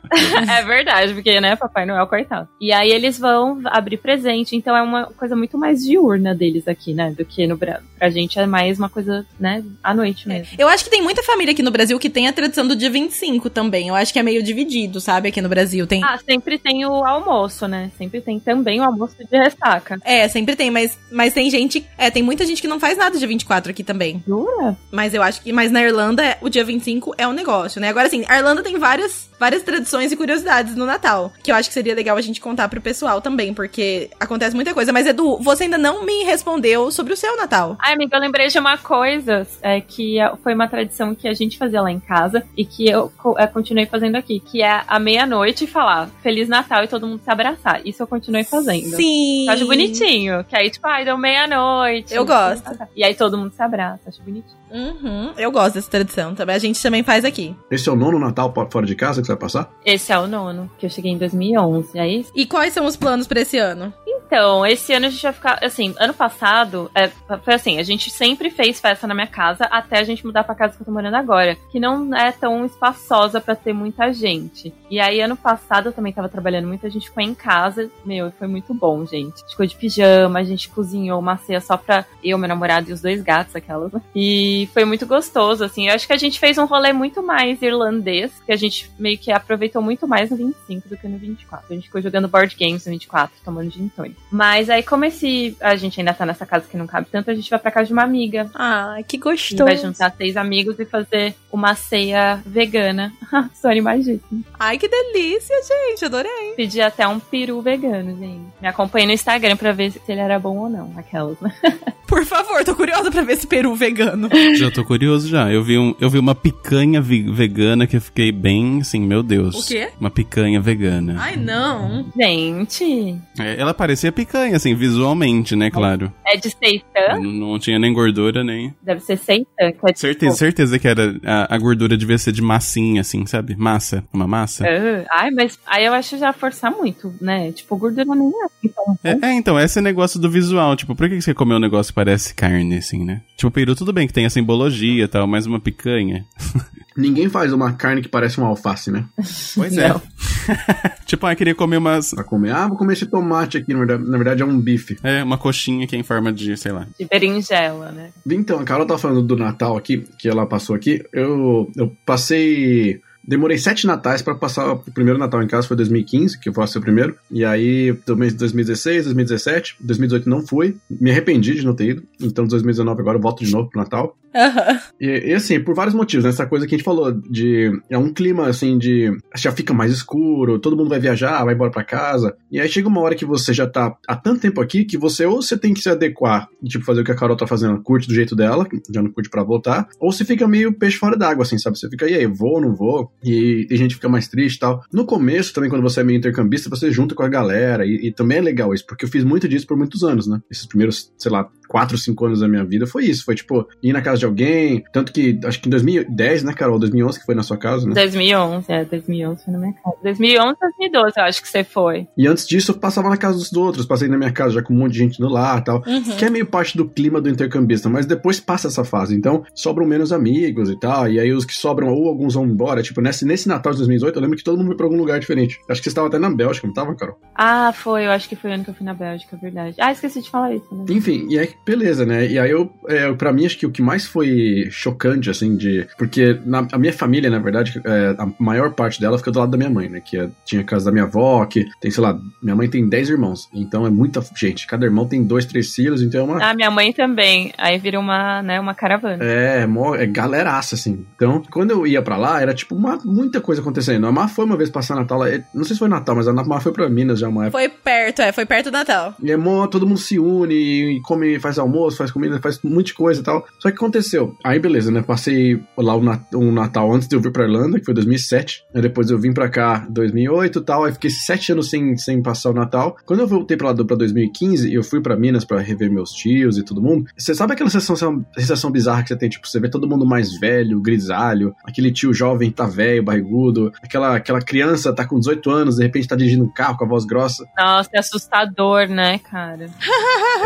D: É verdade, porque, né, Papai Noel, coitado. E aí eles vão abrir presente, então é uma coisa muito mais diurna deles aqui, né, do que no Brasil. Pra gente é mais uma coisa, né, à noite mesmo.
C: Eu acho que tem muita família aqui no Brasil que tem a tradição do dia 25 também. Eu acho que é meio dividido, sabe? Aqui no Brasil tem.
D: Ah, sempre tem o almoço, né, sempre tem também o almoço de ressaca.
C: É, sempre tem, mas, mas tem gente. É, tem muita gente que não faz nada dia 24 aqui também.
D: Jura?
C: Mas eu acho que. Mas na Irlanda, é- o dia 25 é um negócio, né? Agora, assim, a Irlanda tem várias, várias tradições e curiosidades no Natal. Que eu acho que seria legal a gente contar pro pessoal também, porque acontece muita coisa. Mas, Edu, você ainda não me respondeu sobre o seu Natal.
D: Ai, amiga, eu lembrei de uma coisa é, que é, foi uma tradição que a gente fazia lá em casa e que eu co- é, continuei fazendo aqui, que é à meia-noite falar Feliz Natal e todo mundo se abraçar. Isso eu continuei fazendo.
C: Sim.
D: Eu acho bonitinho. Que aí, tipo, ai, deu meia-noite.
C: Eu gosto.
D: E aí todo mundo se abraça, acho bonitinho.
C: Uhum, eu gosto dessa tradição também. A gente também faz aqui.
A: Esse é o nono Natal po- fora de casa que você vai passar?
D: Esse é o nono, que eu cheguei em 2011, é isso?
C: E quais são os planos pra esse ano?
D: Então, esse ano a gente vai ficar, assim, ano passado, é, foi assim, a gente sempre fez festa na minha casa até a gente mudar pra casa que eu tô morando agora, que não é tão espaçosa pra ter muita gente. E aí, ano passado eu também tava trabalhando muito, a gente ficou em casa, meu, e foi muito bom, gente. A gente ficou de pijama, a gente cozinhou uma ceia Assim, é só pra eu, meu namorado e os dois gatos, aquelas, né? E foi muito gostoso, assim. Eu acho que a gente fez um rolê muito mais irlandês, que a gente meio que aproveitou muito mais no 25 do que no 24. A gente ficou jogando board games no 24, tomando gin tonic. Mas aí, como esse, a gente ainda tá nessa casa que não cabe tanto, a gente vai pra casa de uma amiga.
C: Ah, que
D: que
C: gostoso.
D: vai juntar seis amigos e fazer uma ceia vegana. Sou animadíssima.
C: Ai, que delícia, gente. Adorei.
D: Pedi até um peru vegano, gente. Me acompanhei no Instagram pra ver se ele era bom ou não, aquelas, né?
C: Por favor, tô curiosa pra ver esse peru vegano.
B: Já tô curioso já. Eu vi, um, eu vi uma picanha vi- vegana que eu fiquei bem assim, meu Deus.
C: O quê?
B: Uma picanha vegana.
C: Ai, não.
D: Gente,
B: É, ela parecia picanha, assim, visualmente, né, claro.
D: é de seitan?
B: Não, não tinha nem gordura, nem.
D: Deve ser seitan, que é de
B: Certeza, certeza que era. A, a gordura devia ser de massinha, assim, sabe? Massa. Uma massa.
C: É.
D: Ah, ai, mas aí eu acho já forçar muito, né? Tipo, gordura nem é assim tão bom.
B: É, é, então, esse é o negócio do visual. Tipo, por que que você comeu um negócio que parece carne, assim, né? Tipo, peru, tudo bem que tem a simbologia e tal, mas uma picanha.
A: Ninguém faz uma carne que parece uma alface, né?
B: Pois é. tipo, ah, eu queria comer umas.
A: Pra comer. Ah, vou comer esse tomate aqui, na verdade, na verdade é um bife.
B: É, uma coxinha que é em forma de, sei lá.
D: De berinjela, né?
A: Então, a Carol tá falando do Natal aqui, que ela passou aqui. Eu, eu passei. Demorei sete natais pra passar o primeiro Natal em casa, foi 2015, que eu passei o primeiro. E aí, também 2016, 2017, 2018 não fui. Me arrependi de não ter ido. Então, 2019 agora eu volto de novo pro Natal.
C: Aham.
A: E, e assim, por vários motivos, né? Essa coisa que a gente falou de. É um clima assim de. Já fica mais escuro, todo mundo vai viajar, vai embora pra casa. E aí chega uma hora que você já tá há tanto tempo aqui que você ou você tem que se adequar e, tipo, fazer o que a Carol tá fazendo, curte do jeito dela, já não curte pra voltar, ou você fica meio peixe fora d'água, assim, sabe? Você fica, e aí, vou, não vou? E tem gente que fica mais triste e tal. No começo, também, quando você é meio intercambista, você junta com a galera, e, e também é legal isso, porque eu fiz muito disso por muitos anos, né? Esses primeiros, sei lá, 4, 5 anos da minha vida foi isso. Foi tipo, ir na casa de alguém. Tanto que, acho que em 2010, né, Carol? 2011 que foi na sua casa, né?
D: 2011, é, 2011 foi na minha casa. 2011, 2012, eu acho que você foi.
A: E antes disso, eu passava na casa dos outros. Passei na minha casa já com um monte de gente no lar e tal.
C: Uhum.
A: Que é meio parte do clima do intercambista, mas depois passa essa fase. Então, sobram menos amigos e tal. E aí os que sobram, ou alguns vão embora. Tipo, nesse, nesse Natal de 2018, eu lembro que todo mundo foi pra algum lugar diferente. Acho que você estava até na Bélgica, não tava, Carol?
D: Ah, foi, eu acho que foi o ano que eu fui na Bélgica, é verdade. Ah, esqueci de falar isso, né?
A: Enfim, e aí, beleza, né? E aí eu, é, pra mim, acho que o que mais foi chocante, assim, de. Porque na, a minha família, na verdade, é, a maior parte dela fica do lado da minha mãe, né? Que é- tinha a casa da minha avó, que tem, sei lá, minha mãe tem 10 irmãos. Então é muita gente. Cada irmão tem dois, três filhos, então é uma.
D: Ah, minha mãe também. Aí vira uma, né, uma caravana.
A: É, mó, é galeraça, assim. Então, quando eu ia pra lá, era tipo uma, muita coisa acontecendo. A Má foi uma vez passar Natal lá. é, Não sei se foi Natal, mas a Má foi pra Minas já uma época.
C: Foi perto, é, foi perto do Natal.
A: E é mó, todo mundo se une e come, faz almoço, faz comida, faz um monte de coisa e tal. Só que aconteceu. Aí, beleza, né? Passei lá um, Nat- um Natal antes de eu vir pra Irlanda, que foi 2007. Aí depois eu vim pra cá em 2008 e tal. Aí fiquei sete anos sem, sem passar o Natal. Quando eu voltei pra lá do- pra 2015, eu fui pra Minas pra rever meus tios e todo mundo. Você sabe aquela sensação, sensação bizarra que você tem? Tipo, você vê todo mundo mais velho, grisalho, aquele tio jovem que tá velho, barrigudo, aquela, aquela criança tá com 18 anos, de repente tá dirigindo um carro com a voz grossa.
D: Nossa, é assustador, né, cara?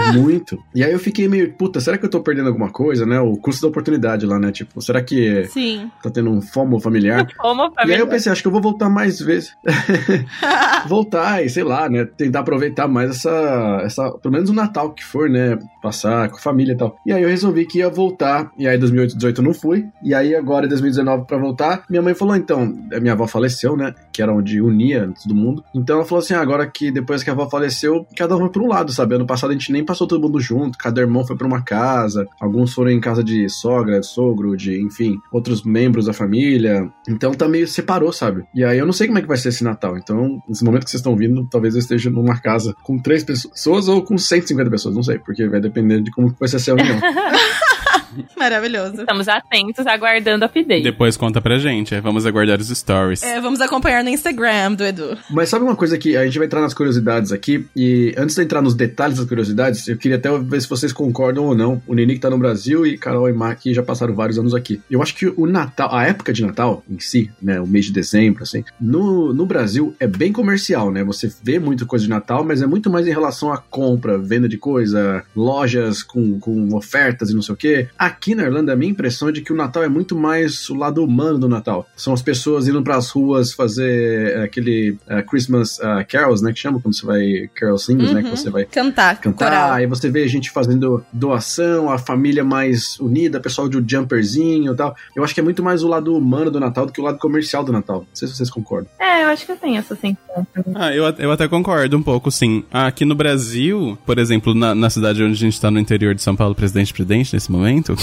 A: É Muito. E aí eu fiquei meio, puta, será que eu tô perdendo alguma coisa, né? O custo da oportunidade lá, né? Tipo, será que
C: Sim.
A: tá tendo um fomo familiar?
D: Como pra
A: E aí eu
D: mim?
A: pensei, acho que eu vou voltar mais vezes. voltar e, sei lá, né? Tentar aproveitar mais essa, essa. Pelo menos o Natal que for, né? Passar com a família e tal. E aí eu resolvi que ia voltar. E aí 2018 eu não fui. E aí agora, em 2019, pra voltar, minha mãe falou, então, a minha avó faleceu, né? Que era onde unia todo mundo. Então ela falou assim: ah, agora que depois que a avó faleceu, cada um foi pra um lado, sabe? Ano passado a gente nem passou todo mundo junto, cada irmão foi pra uma casa, alguns foram em casa de sogra, de sogro, de, enfim, outros membros da família. Então tá meio separou, sabe? E aí eu não sei como é que vai ser esse Natal. Então, nesse momento que vocês estão vindo, talvez eu esteja numa casa com três pessoas ou com 150 pessoas, não sei, porque vai depender de como que vai ser essa reunião.
C: Maravilhoso.
D: Estamos atentos, aguardando a update.
B: Depois conta pra gente, é, vamos aguardar os stories.
C: É, vamos acompanhar no Instagram do Edu.
A: Mas sabe uma coisa que a gente vai entrar nas curiosidades aqui, e antes de entrar nos detalhes das curiosidades, eu queria até ver se vocês concordam ou não. O Nini que tá no Brasil e Carol e Mark já passaram vários anos aqui. Eu acho que o Natal, a época de Natal em si, né, o mês de dezembro, assim, no, no Brasil é bem comercial, né? Você vê muita coisa de Natal, mas é muito mais em relação à compra, venda de coisa, lojas com, com ofertas e não sei o quê. Aqui na Irlanda, a minha impressão é de que o Natal é muito mais o lado humano do Natal. São as pessoas indo pras ruas fazer eh, aquele eh, Christmas ah, carols, né? Que chama quando você vai carol sings, né? Que
C: Uhum.
A: você vai
C: Cantar,
A: cantar.
C: coral.
A: Aí você vê a gente fazendo doação, a família mais unida, pessoal de um jumperzinho e tal. Eu acho que é muito mais o lado humano do Natal do que o lado comercial do Natal. Não sei se vocês concordam.
D: É, eu acho que eu tenho essa sensação.
B: Ah, eu, at- eu até concordo um pouco, sim. Aqui no Brasil, por exemplo, na, na cidade onde a gente tá no interior de São Paulo, Presidente Prudente, nesse momento.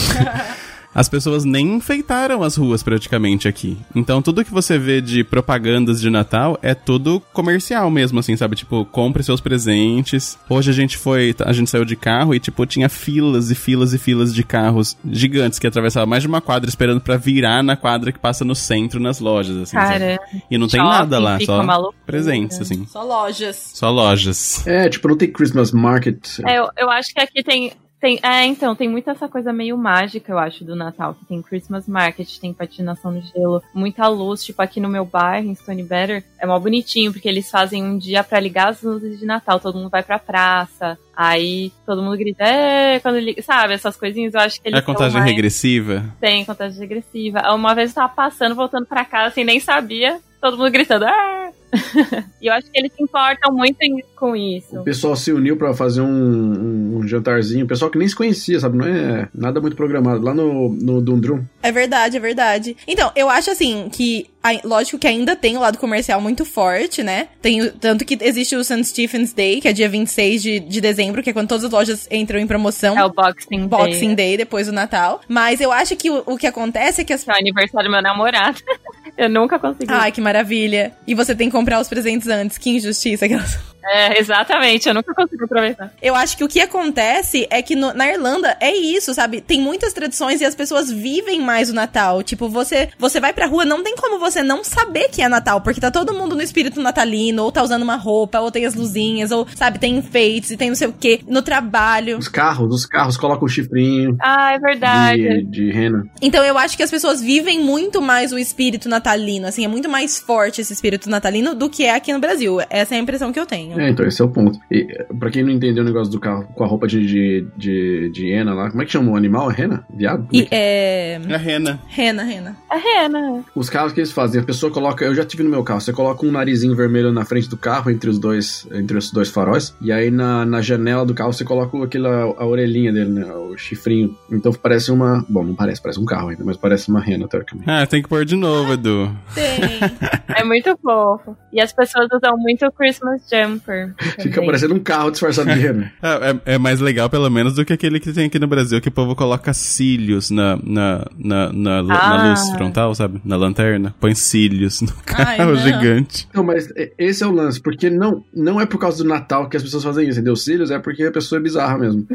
B: As pessoas nem enfeitaram as ruas praticamente aqui. Então tudo que você vê de propagandas de Natal é tudo comercial mesmo, assim, sabe? Tipo, compre seus presentes. Hoje a gente foi, a gente saiu de carro e, tipo, tinha filas e filas e filas de carros gigantes que atravessavam mais de uma quadra esperando pra virar na quadra que passa no centro nas lojas, assim. sabe?
D: Cara,
B: E não tem
D: shopping
B: nada lá,
D: fica
B: só
D: uma loucura.
B: presentes, assim.
C: Só lojas.
B: Só lojas.
A: É, tipo, não tem Christmas market.
D: É, eu, eu acho que aqui tem, tem. É, então, tem muita essa coisa meio mágica, eu acho, do Natal. Que tem Christmas Market, tem patinação no gelo, muita luz. Tipo, aqui no meu bairro, em Stony Better, é mó bonitinho, porque eles fazem um dia pra ligar as luzes de Natal. Todo mundo vai pra praça. Aí todo mundo grita, é, quando liga. Sabe, essas coisinhas, eu acho que eles.
B: É a contagem
D: são mais-
B: regressiva?
D: Tem contagem regressiva. Uma vez eu tava passando, voltando pra casa, assim, nem sabia. Todo mundo gritando, ah! e eu acho que eles se importam muito em- com
A: O
D: isso.
A: pessoal se uniu pra fazer um, um- um jantarzinho. O pessoal que nem se conhecia, sabe? Não é nada muito programado. Lá no, no Dundrum.
C: É verdade, é verdade. Então, eu acho assim que. ai- Lógico que ainda tem o lado comercial muito forte, né? Tem, o- tanto que existe o St. Stephen's Day, que é dia 26 de, de dezembro, que é quando todas as lojas entram em promoção.
D: É o Boxing Day.
C: Boxing Day, depois do Natal. Mas eu acho que o, o que acontece é que as.
D: Que é o aniversário do meu namorado. eu nunca consegui.
C: Ai, que maravilha. E você tem que comprar os presentes antes. Que injustiça. aquelas-
D: É, exatamente, eu nunca consigo aproveitar.
C: Eu acho que o que acontece é que no- na Irlanda é isso, sabe? Tem muitas tradições e as pessoas vivem mais o Natal. Tipo, você você vai pra rua, não tem como você não saber que é Natal, porque tá todo mundo no espírito natalino, ou tá usando uma roupa, ou tem as luzinhas, ou, sabe, tem enfeites e tem não sei o quê, no trabalho.
A: Os carros, os carros colocam o chifrinho
D: Ah, é verdade.
A: de, de rena.
C: Então eu acho que as pessoas vivem muito mais o espírito natalino, assim, é muito mais forte esse espírito natalino do que é aqui no Brasil. Essa é a impressão que eu tenho.
A: É, então, esse é o ponto. E eh, pra quem não entendeu o negócio do carro com a roupa de, de, de, de hiena lá, como é que chama o animal? É rena? Viado?
C: E é.
B: A rena.
C: Rena, Rena.
D: É rena.
A: Os carros que eles fazem, a pessoa coloca. Eu já tive no meu carro, você coloca um narizinho vermelho na frente do carro, entre os dois, entre os dois faróis, e aí na, na janela do carro você coloca aquela a orelhinha dele, né? O chifrinho. Então parece uma. Bom, não parece, parece um carro ainda, mas parece uma rena, teoricamente.
B: Ah, tem que pôr de novo, Edu.
C: Tem.
D: É muito fofo. E as pessoas usam muito o Christmas jumper.
A: Fica
D: também.
A: parecendo um carro disfarçado de rena.
B: Ah, É, é mais legal, pelo menos, do que aquele que tem aqui no Brasil, que o povo coloca cílios na, na, na, na, lu- na
D: Ah.
B: luz frontal, sabe? Na lanterna. Põe cílios no
C: Ai,
B: carro
C: não.
B: gigante.
A: Não, mas e- esse é o lance, porque não, não é por causa do Natal que as pessoas fazem isso, entendeu? Os cílios é porque a pessoa é bizarra mesmo.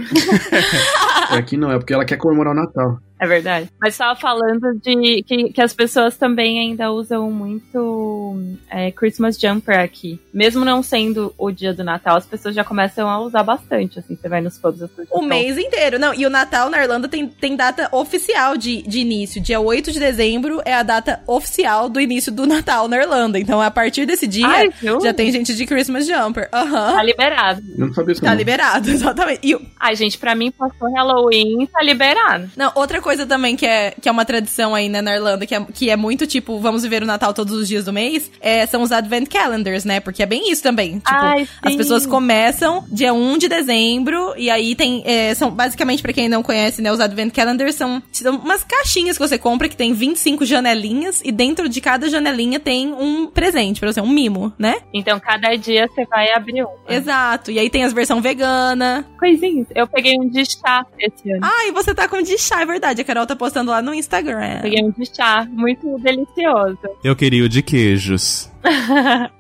A: E Aqui não, é porque ela quer comemorar o Natal.
D: É verdade. Mas estava falando de que, que as pessoas também ainda usam muito é, Christmas jumper aqui. Mesmo não sendo o dia do Natal, as pessoas já começam a usar bastante. Assim, você vai nos pubs. as pessoas
C: O
D: estão-
C: mês inteiro. Não, e o Natal na Irlanda tem, tem data oficial de, de início. Dia 8 de dezembro é a data oficial do início do Natal na Irlanda. Então, a partir desse dia,
D: Ai, viu?
C: já tem gente de Christmas Jumper. Aham.
D: Tá liberado.
A: Eu não sabia isso
C: Tá
A: não.
C: liberado, exatamente. E, o-
D: Ai, gente, pra mim passou Halloween, tá liberado.
C: não, outra coisa também que é, que é uma tradição aí, né, na Irlanda, que é, que é muito tipo, vamos viver o Natal todos os dias do mês, é, são os Advent Calendars, né? Porque é bem isso também. Tipo,
D: Ai, sim.
C: As pessoas começam dia 1 de dezembro, e aí tem. é, são basicamente, pra quem não conhece, né? Os Advent Calendars são, são umas caixinhas que você compra que tem 25 janelinhas, e dentro de cada janelinha tem um presente pra você, um mimo, né?
D: Então, cada dia você vai abrir um.
C: Ah. Exato. E aí tem as versões vegana.
D: Coisinhas. Eu peguei um de chá esse ano.
C: Ah, e você tá com de chá, é verdade. A Carol tá postando lá no Instagram.
D: Peguei um de chá, muito delicioso.
B: Eu queria o de queijos.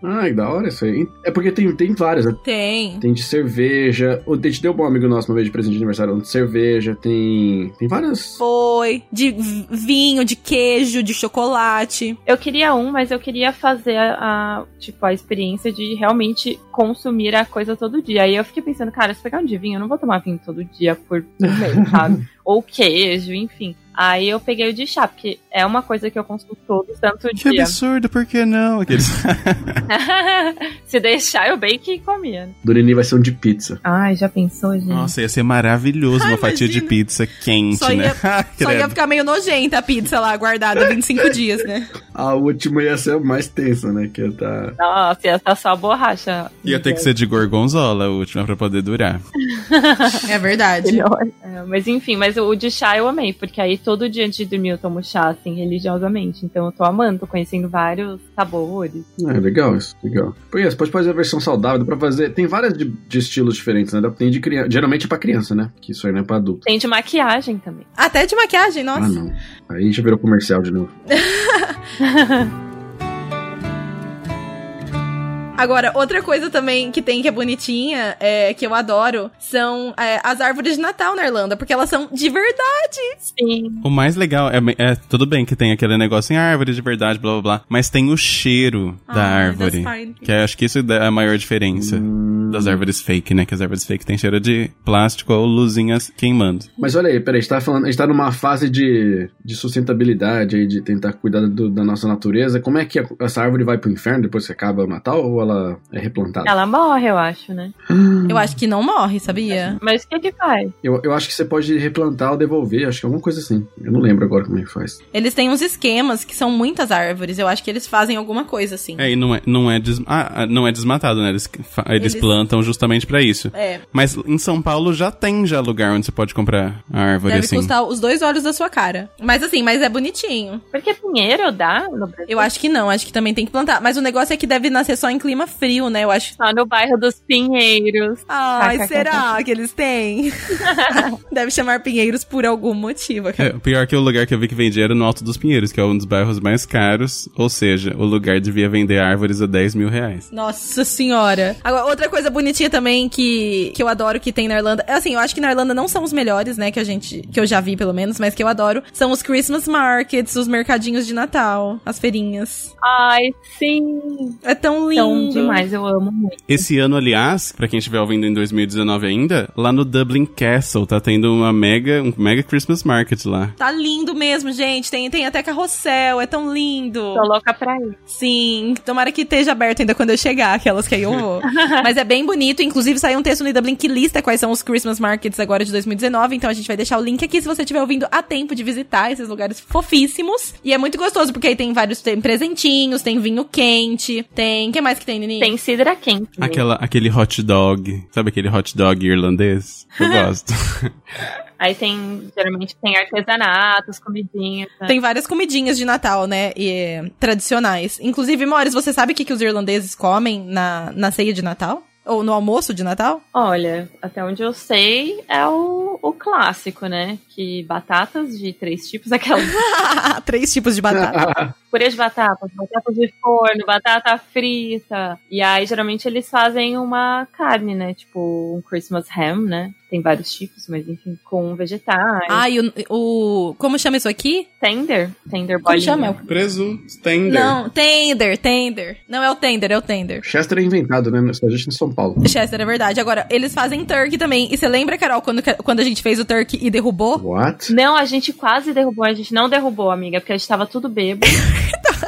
A: Ai, da hora isso aí. É porque tem, tem várias, né?
C: Tem.
A: Tem de cerveja. O Dente deu bom amigo nosso uma vez de presente de aniversário. um de cerveja, tem. Tem várias.
C: Foi. De v- vinho, de queijo, de chocolate.
D: Eu queria um, mas eu queria fazer a, a- tipo, a experiência de realmente consumir a coisa todo dia. Aí eu fiquei pensando, cara, se pegar um de vinho, eu não vou tomar vinho todo dia por um mês, sabe? Ou queijo, enfim. Aí eu peguei o de chá, porque é uma coisa que eu consumo todo santo
B: Que
D: dia.
B: absurdo, por que não? Aqueles...
D: se deixar, eu bem que comia. né?
A: Do Nini vai ser um de pizza.
D: Ai, já pensou, gente?
B: Nossa, ia ser maravilhoso uma
C: Ai,
B: fatia de
C: imagina.
B: pizza quente,
C: Só ia-
B: né? Ah,
C: Só ia
B: credo.
C: ficar meio nojenta a pizza lá guardada 25 dias, né?
A: A última ia ser a mais tensa, né? Que ia tá.
D: Nossa, ia estar só borracha.
B: Ia ter que ser de gorgonzola a última pra poder durar.
C: É verdade.
D: Melhor. É, mas enfim, mas o de chá eu amei, porque aí todo dia antes de dormir eu tomo chá, assim, religiosamente. Então eu tô amando, tô conhecendo vários sabores.
A: É, legal isso, legal. Pois é, você pode fazer a versão saudável, dá pra fazer. Tem várias de, de estilos diferentes, né? Dá- Tem de criança. Geralmente é pra criança, né? Que isso aí não é pra adulto.
D: Tem de maquiagem também.
C: Até de maquiagem, nossa.
A: Ah, não. Aí já virou comercial de novo.
C: Agora, outra coisa também que tem que é bonitinha, é, que eu adoro, são é, as árvores de Natal na Irlanda, porque elas são de verdade.
D: Sim.
B: O mais legal é, é tudo bem que tem aquele negócio em árvore de verdade, blá blá blá, mas tem o cheiro
C: Ah, é
B: da árvore. Que eu acho que isso é a maior diferença das árvores fake, né? Que as árvores fake têm cheiro de plástico ou luzinhas queimando.
A: Mas olha aí, peraí, a gente tá falando, a gente tá numa fase de, de sustentabilidade aí, de tentar cuidar do- da nossa natureza. Como é que a- essa árvore vai pro inferno depois que acaba o Natal ou ela é replantada?
D: Ela morre, eu acho, né?
C: Eu acho que não morre, sabia?
D: Mas o que que faz?
A: Eu, eu acho que você pode replantar ou devolver, acho que é alguma coisa assim. Eu não lembro agora como é que faz.
C: Eles têm uns esquemas que são muitas árvores. Eu acho que eles fazem alguma coisa assim.
B: É, e não é, não é, des- ah, ah, não é desmatado, né? Eles, fa- eles
C: Eles-
B: plantam justamente pra isso.
C: É,
B: Mas em São Paulo já tem já lugar onde você pode comprar a árvore
C: deve
B: assim.
C: custar os dois olhos da sua cara. Mas assim, mas é bonitinho.
D: Porque pinheiro dá no Brasil?
C: Eu acho que não, acho que também tem que plantar. Mas o negócio é que deve nascer só em clima frio, né? Eu acho.
D: Só no bairro dos pinheiros.
C: Ai,
D: Tá, tá,
C: será que eles têm? Deve chamar Pinheiros por algum motivo.
B: É, o pior que o lugar que eu vi que vendia era no Alto dos Pinheiros, que é um dos bairros mais caros. Ou seja, o lugar devia vender árvores a 10 mil reais.
C: Nossa senhora. Agora, outra coisa bonitinha também que, que eu adoro que tem na Irlanda. é Assim, eu acho que na Irlanda não são os melhores, né? Que a gente. Que eu já vi, pelo menos, mas que eu adoro. São os Christmas markets, os mercadinhos de Natal, as feirinhas.
D: Ai, sim.
C: É tão lindo.
D: Então, demais, eu amo muito.
B: Esse ano, aliás, pra quem estiver ouvindo em 2019 ainda, lá no Dublin Castle tá tendo uma mega, um mega Christmas Market lá.
C: Tá lindo mesmo, gente. Tem, tem até carrossel, é tão lindo.
D: Tô louca pra ir.
C: Sim, tomara que esteja aberto ainda quando eu chegar, aquelas que aí eu vou. Mas é bem bonito, inclusive saiu um texto no Dublin que lista quais são os Christmas markets agora de 2019, então a gente vai deixar o link aqui se você estiver ouvindo a tempo de visitar esses lugares fofíssimos. E é muito gostoso, porque aí tem vários, tem presentinhos, tem vinho quente, tem... O que mais que tem, Nini?
D: Tem cidra quente.
B: Aquela, aquele hot dog, sabe aquele hot dog irlandês? Eu gosto.
D: Aí tem, geralmente tem artesanatos, comidinhas. né?
C: Tem várias comidinhas de Natal, né? E é, tradicionais. Inclusive, Mores, você sabe o que, que os irlandeses comem na, na ceia de Natal? Ou no almoço de Natal?
D: Olha, até onde eu sei, é o, o clássico, né? Que batatas de três tipos, aquelas
C: Três tipos de batata.
D: purê de batatas, batatas de forno, batata frita. E aí, geralmente, eles fazem uma carne, né? Tipo, um Christmas ham, né? Tem vários tipos, mas enfim, com vegetais.
C: Ai, o, o. Como chama isso aqui?
D: Tender, tender
C: Como
D: bolinha.
C: chama? É o-
B: Presunto, tender.
C: Não, tender, tender. Não é o tender, é o tender.
A: Chester é inventado, né? Só existe em São Paulo.
C: Chester, é verdade. Agora, eles fazem turkey também. E você lembra, Carol, quando, quando a gente fez o turkey e derrubou?
A: What?
D: Não, a gente quase derrubou, a gente não derrubou, amiga, porque a gente tava tudo
C: É
D: bêbado.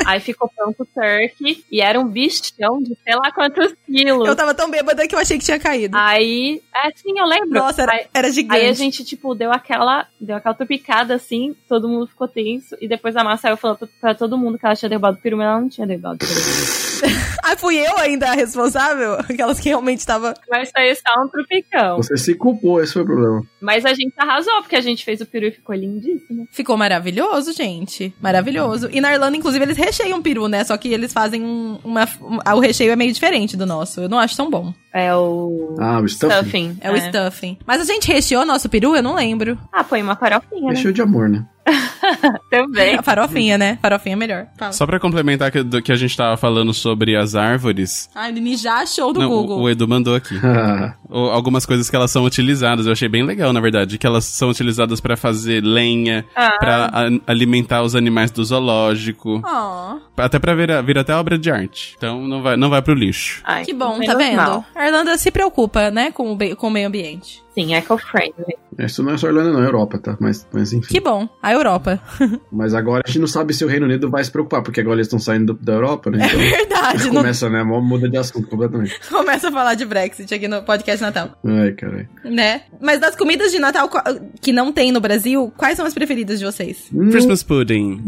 D: aí ficou pronto o turkey e era um bichão de sei lá quantos quilos.
C: Eu tava tão bêbada que eu achei que tinha caído.
D: Aí, é, sim, eu lembro.
C: Nossa,
D: Aí-
C: era, era gigante.
D: Aí a gente, tipo, deu aquela, deu aquela tupicada assim, todo mundo ficou tenso, e depois a Márcia saiu falando pra- pra todo mundo que ela tinha derrubado o peru, mas ela não tinha derrubado o peru.
C: Ai, fui eu ainda a responsável? Aquelas que realmente tava.
D: mas isso aí só um tropicão.
A: Você se culpou, esse foi o problema.
D: Mas a gente arrasou, porque a gente fez o peru e ficou lindíssimo.
C: Ficou maravilhoso, gente. Maravilhoso. E na Irlanda, inclusive, eles recheiam peru, né? Só que eles fazem um- uma. um- o recheio é meio diferente do nosso. Eu não acho tão bom.
D: É o
A: Ah, o stuffing.
D: stuffing.
C: É, o stuffing. Mas a gente recheou nosso peru? Eu não lembro.
D: Ah, põe uma farofinha, né?
A: É cheio de amor, né?
D: Também.
C: A farofinha, né? Farofinha é melhor. Fala.
B: Só pra complementar que, do que a gente tava falando sobre as árvores.
C: Ai, o Nini já achou do
B: Não, o-
C: Google.
B: o Edu mandou aqui. Ou algumas coisas que elas são utilizadas. Eu achei bem legal, na verdade, que elas são utilizadas pra fazer lenha,
D: Ah.
B: pra a- alimentar os animais do zoológico,
C: Ó,
B: até pra vir, vir até obra de arte. Então não vai, não vai pro lixo.
D: Ai,
C: que bom,
D: menos
C: tá vendo?
D: mal.
C: A Irlanda se preocupa, né, com o, be- com o meio ambiente.
D: Sim, eco-friendly.
A: Isso não é só Irlanda, não, é Europa, tá? Mas, mas enfim.
C: Que bom, a Europa.
A: Mas agora a gente não sabe se o Reino Unido vai se preocupar, porque agora eles estão saindo do- da Europa, né? Então
C: Verdade, não
A: começa, né? Mó Muda de assunto completamente.
C: começa a falar de Brexit aqui no podcast Natal,
A: Ai, caralho.
C: né? Mas das comidas de Natal qua- que não tem no Brasil, quais são as preferidas de vocês?
B: Christmas pudding.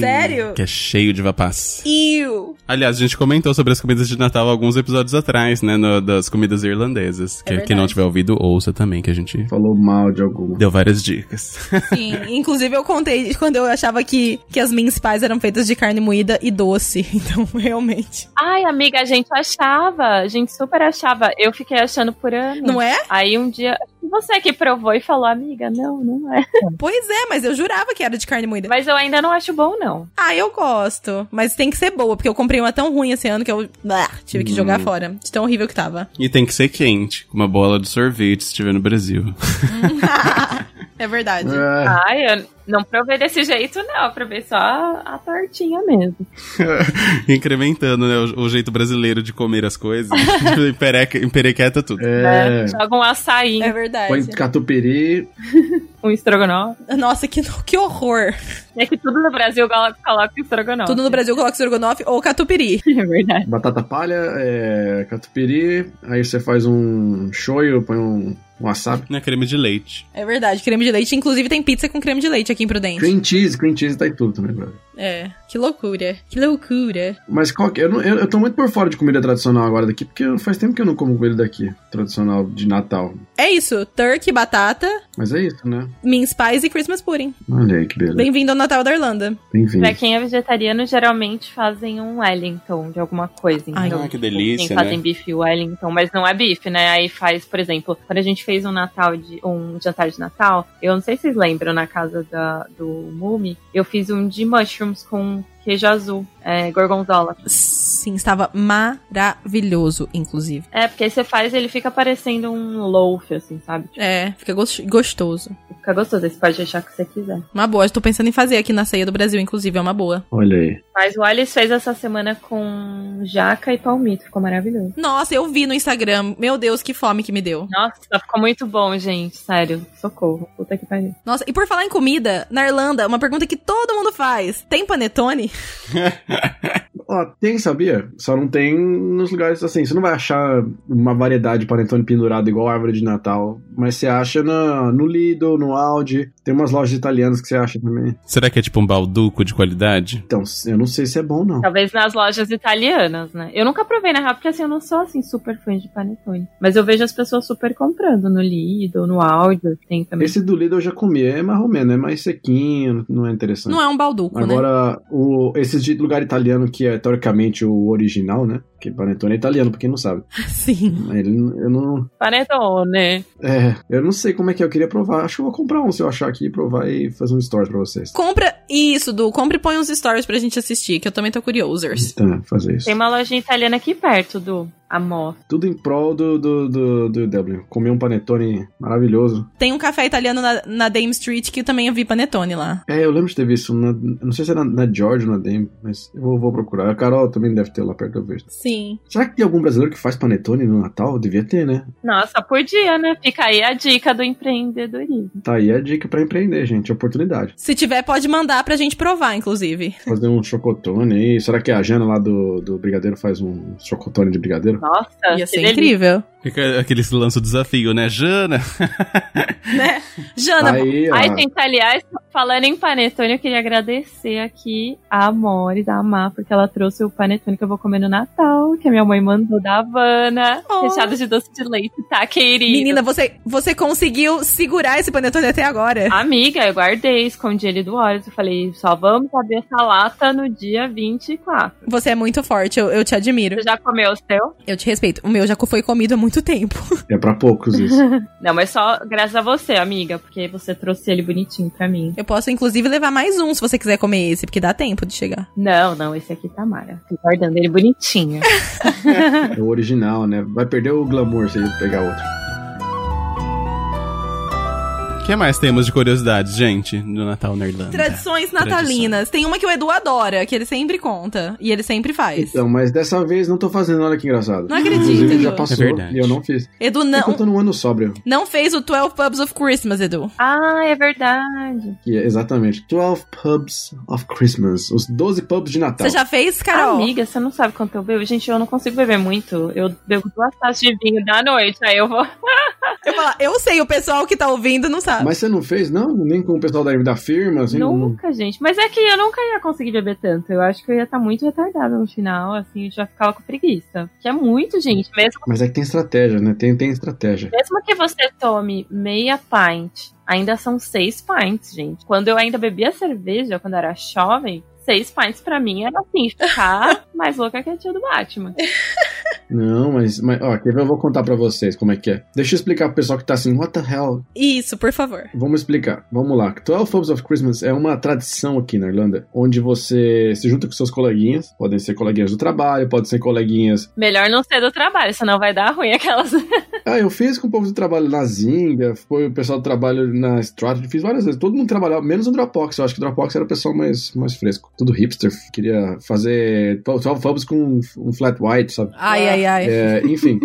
C: Sério?
B: Que é cheio de vapaz.
C: Iu!
B: Aliás, a gente comentou sobre as comidas de Natal alguns episódios atrás, né? no- das comidas irlandesas. Que,
C: É verdade.
B: quem não tiver ouvido, ouça também, que a gente
A: Falou mal de alguma.
B: deu várias dicas.
C: Sim, inclusive eu contei quando eu achava que, que as minhas pais eram feitas de carne moída e doce. Então, realmente.
D: Ai, amiga, a gente achava, a gente super achava. Eu fiquei achando por ano.
C: Não é?
D: Aí um dia, acho que você que provou e falou, amiga, não, não é.
C: Pois é, mas eu jurava que era de carne moída.
D: Mas eu ainda não acho bom, não.
C: Ah, eu gosto. Mas tem que ser boa, porque eu comprei uma tão ruim esse ano que eu ah, tive que jogar fora. De tão horrível que tava.
B: E tem que ser quente, com uma bola de sorvete, se estiver no Brasil.
C: é verdade.
A: É,
D: Ai, eu não provei desse jeito, não. Eu provei só a, a tortinha mesmo.
B: Incrementando, né? O, o jeito brasileiro de comer as coisas. Empereca, emperequeta tudo.
A: é.
D: Né? Joga um açaí,
C: É verdade.
A: Põe catupiry.
D: um estrogonofe.
C: Nossa, que, que horror.
D: É que tudo no Brasil colo- coloca estrogonofe.
C: Tudo no Brasil coloca estrogonofe ou catupiry.
D: É verdade.
A: Batata palha, é, catupiry, aí você faz um shoyu, põe um, um wasabi.
B: Né? Creme de leite.
C: É verdade, creme de leite. Inclusive tem pizza com creme de leite aqui em Prudente.
A: Cream cheese, cream cheese tá em tudo também, brother.
C: É, que loucura. Que loucura.
A: Mas qual que... Eu, não, eu, eu tô muito por fora de comida tradicional agora daqui, porque eu- faz tempo que eu não como comida daqui, tradicional de Natal.
C: É isso, turkey, batata,
A: Mas é isso, né?
C: mince pies e Christmas pudding.
A: Olha aí que beleza.
C: Bem-vindo ao Natal da Irlanda.
A: Enfim.
D: Pra quem é vegetariano, geralmente fazem um Wellington de alguma coisa. Então,
C: Ai,
D: tipo,
B: que delícia,
D: Quem fazem
B: né?
D: bife Wellington, mas não é bife, né? Aí faz, por exemplo, quando a gente fez um Natal de um jantar de Natal, eu não sei se vocês lembram na casa da, do Mumi, eu fiz um de mushrooms com queijo azul, é, gorgonzola.
C: Sim, estava maravilhoso, inclusive.
D: É, porque aí você faz ele fica parecendo um loaf, assim, sabe? Tipo,
C: É, fica gos- gostoso.
D: fica gostoso, aí você pode deixar o que você quiser.
C: Uma boa, estou pensando em fazer aqui na ceia do Brasil, inclusive, é uma boa.
A: Olha aí.
D: Mas o Alice fez essa semana com jaca e palmito, ficou maravilhoso.
C: Nossa, eu vi no Instagram. Meu Deus, que fome que me deu.
D: Nossa, ficou muito bom, gente. Sério. Socorro. Puta que pariu.
C: Nossa, e por falar em comida, na Irlanda, uma pergunta que todo mundo faz: tem panetone?
A: Ó, tem, sabia? Só não tem nos lugares assim. Você não vai achar uma variedade de panetone pendurado igual a árvore de Natal, mas você acha na, no Lidl, no Aldi. Tem umas lojas italianas que você acha também.
B: Será que é tipo um balduco de qualidade?
A: Então, eu não sei se é bom, não.
D: Talvez nas lojas italianas, né? Eu nunca provei na real, porque assim, eu não sou assim super fã de panetone. Mas eu vejo as pessoas super comprando no Lido, no Aldo, tem também.
A: Esse do Lidl eu já comi, é mais ou menos, é mais sequinho, não é interessante.
C: Não é um balduco, né?
A: Agora, o, esse de lugar italiano que é teoricamente o original, né? Porque panetone é italiano, pra quem não sabe.
C: Sim.
A: Ele, eu não.
D: Panetone.
A: É, eu não sei como é que é, eu queria provar. Acho que eu vou comprar um se eu achar aqui e provar e fazer um story pra vocês.
C: Compra isso, Du. Compra e põe uns stories pra gente assistir, que eu também tô curiosers.
A: Tá, fazer isso.
D: Tem uma lojinha italiana aqui perto do Amor.
A: Tudo em prol do, do, do, do W. Comer um panetone maravilhoso.
C: Tem um café italiano na, na Dame Street que eu também vi panetone lá.
A: É, eu lembro de ter visto. Na, não sei se era na George ou na Dame, mas eu vou, vou procurar. A Carol também deve ter lá perto, eu vejo.
C: Sim.
A: Será que tem algum brasileiro que faz panetone no Natal? Devia ter, né?
D: Nossa, por dia, né? Fica aí a dica do empreendedorismo.
A: Tá aí a dica pra empreender, gente. Oportunidade.
C: Se tiver, pode mandar pra gente provar, inclusive.
A: Fazer um chocotone aí. Será que a Jana lá do, do Brigadeiro faz um chocotone de brigadeiro?
D: Nossa,
C: Ia
D: Ah, que
C: ser
D: delícia.
C: incrível.
B: Fica aquele lança o desafio, né? Jana!
C: Né? Jana,
A: aí,
D: Ai,
A: ó.
D: gente, aliás, falando em panetone, eu queria agradecer aqui a Mori da Amar, porque ela trouxe o panetone que eu vou comer no Natal, que a minha mãe mandou da Havana,
C: Oh.
D: recheado de doce de leite, tá, querida?
C: menina, você, você conseguiu segurar esse panetone até agora.
D: Amiga, eu guardei, escondi ele do Horus, eu falei, só vamos abrir essa lata no dia 24.
C: Você é muito forte, eu, eu te admiro.
D: Você já comeu o seu?
C: Eu te respeito. O meu já foi comido há muito tempo.
A: É pra poucos isso.
D: Não, mas só graças a você, amiga, porque você trouxe ele bonitinho pra mim.
C: Eu posso, inclusive, levar mais um se você quiser comer esse, porque dá tempo de chegar.
D: Não, não, esse aqui tá Mara. Tô guardando ele bonitinho.
A: É o original, né? Vai perder o glamour se ele pegar outro.
B: O que mais temos de curiosidades, gente, no Natal na Irlanda? É,
C: Tradições natalinas. Tem uma que o Edu adora, que ele sempre conta. E ele sempre faz.
A: Então, mas dessa vez não tô fazendo, olha que engraçado.
C: Não acredito,
A: Inclusive,
C: Edu.
A: já passou
B: É verdade.
A: e eu não fiz.
C: Edu
A: É que eu
C: não,
A: tô num ano sóbrio.
C: não fez o 12 Pubs of Christmas, Edu.
D: ah, é verdade.
A: Que é exatamente 12 Pubs of Christmas. Os 12 pubs de Natal.
C: Você já fez, Carol?
D: Amiga, você não sabe quanto eu bebo? Gente, eu não consigo beber muito. Eu bebo duas taças de vinho da noite, aí eu vou.
C: Eu, falo, eu sei, o pessoal que tá ouvindo não sabe.
A: Mas você não fez, não? Nem com o pessoal da, da firma? Assim, não.
D: Nunca, gente. Mas é que eu nunca ia conseguir beber tanto. Eu acho que eu ia estar muito retardada no final, assim, eu já ficava com preguiça. Que é muito, gente. Mesmo,
A: Mas é que tem estratégia, né? Tem, tem estratégia.
D: mesmo que você tome meia pint, ainda são seis pints, gente. Quando eu ainda bebia cerveja, quando eu era jovem, seis pints pra mim era assim, ficar mais louca que a tia do Batman.
A: Não, mas, mas ó, quer ver? eu vou contar pra vocês como é que é. Deixa eu explicar pro pessoal que tá assim, what the hell?
C: Isso, por favor.
A: Vamos explicar. Vamos lá. 12 Pubs of Christmas é uma tradição aqui na Irlanda, onde você se junta com seus coleguinhas. Podem ser coleguinhas do trabalho, podem ser coleguinhas.
D: Melhor não ser do trabalho, senão vai dar ruim aquelas.
A: Ah, eu fiz com o povo do trabalho na Zinga, foi o pessoal do trabalho na Stratford, fiz várias vezes. Todo mundo trabalhava, menos o Dropbox. Eu acho que o Dropbox era o pessoal mais, mais fresco. Tudo hipster. Queria fazer 12 Pubs com um flat white, sabe?
C: Ai, ai, ai.
A: É, enfim.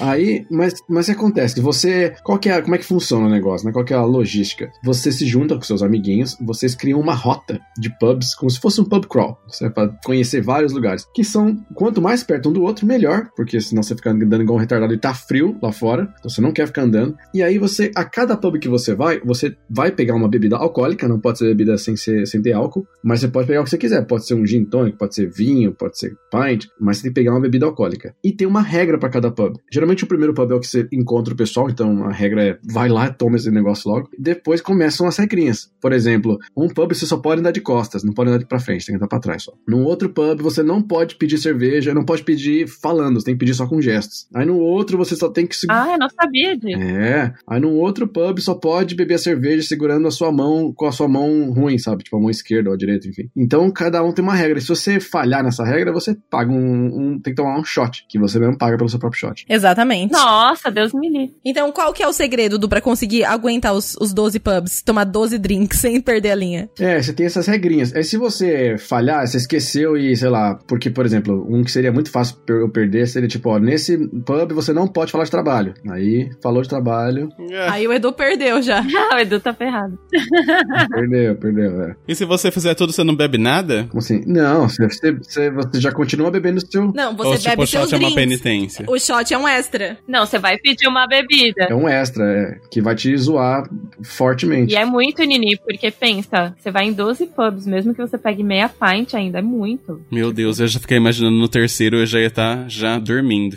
A: Aí, mas, mas o que acontece? Que Você. Qual que é, a- como é que funciona o negócio, né? Qual que é a logística? Você se junta com seus amiguinhos, vocês criam uma rota de pubs, como se fosse um pub crawl. Você vai conhecer vários lugares. Que são, quanto mais perto um do outro, melhor. Porque senão você fica andando igual um retardado e tá frio lá fora. Então você não quer ficar andando. E aí você, a cada pub que você vai, você vai pegar uma bebida alcoólica, não pode ser bebida sem, ser, sem ter álcool, mas você pode pegar o que você quiser. Pode ser um gin tônico, pode ser vinho, pode ser pint, mas você tem que pegar uma bebida alcoólica. E tem uma regra pra cada pub. Geralmente o primeiro pub é o que você encontra o pessoal, então a regra é vai lá, toma esse negócio logo. Depois começam as regrinhas. Por exemplo, um pub você só pode andar de costas, não pode andar de pra frente, tem que andar pra trás só. Num outro pub você não pode pedir cerveja, não pode pedir falando, você tem que pedir só com gestos. Aí no outro você só tem que se
D: Ah, eu não sabia disso.
A: é. Aí num outro pub só pode beber a cerveja segurando a sua mão com a sua mão ruim, sabe? Tipo a mão esquerda ou a direita, enfim. Então cada um tem uma regra. E se você falhar nessa regra, você paga um. um- tem que tomar um shot, que você mesmo paga pelo seu próprio shot.
G: Exatamente.
D: Nossa, Deus me livre.
G: Então, qual que é o segredo do pra conseguir aguentar os, os 12 pubs, tomar 12 drinks sem perder a linha?
A: É, você tem essas regrinhas. Aí se você falhar, você esqueceu e sei lá. Porque, por exemplo, um que seria muito fácil per- eu perder seria tipo, ó, nesse pub você não pode falar de trabalho. Aí falou de trabalho,
B: É.
G: Aí o Edu perdeu já.
D: Ah, o Edu tá ferrado.
A: perdeu, perdeu, é.
B: E se você fizer tudo, você não bebe nada?
A: Como assim? Não, você, você, você já continua bebendo o seu.
G: Não,
B: Ou
G: você
B: tipo,
G: bebe
B: o shot
G: seus
B: é uma
G: drinks.
B: penitência?
G: o shot é um extra.
D: Não, você vai pedir uma bebida.
A: É um extra, é, que vai te zoar fortemente.
D: E é muito nini, porque pensa, você vai em 12 pubs, mesmo que você pegue meia pint ainda, é muito.
B: Meu Deus, eu já fiquei imaginando no terceiro eu já ia estar já dormindo.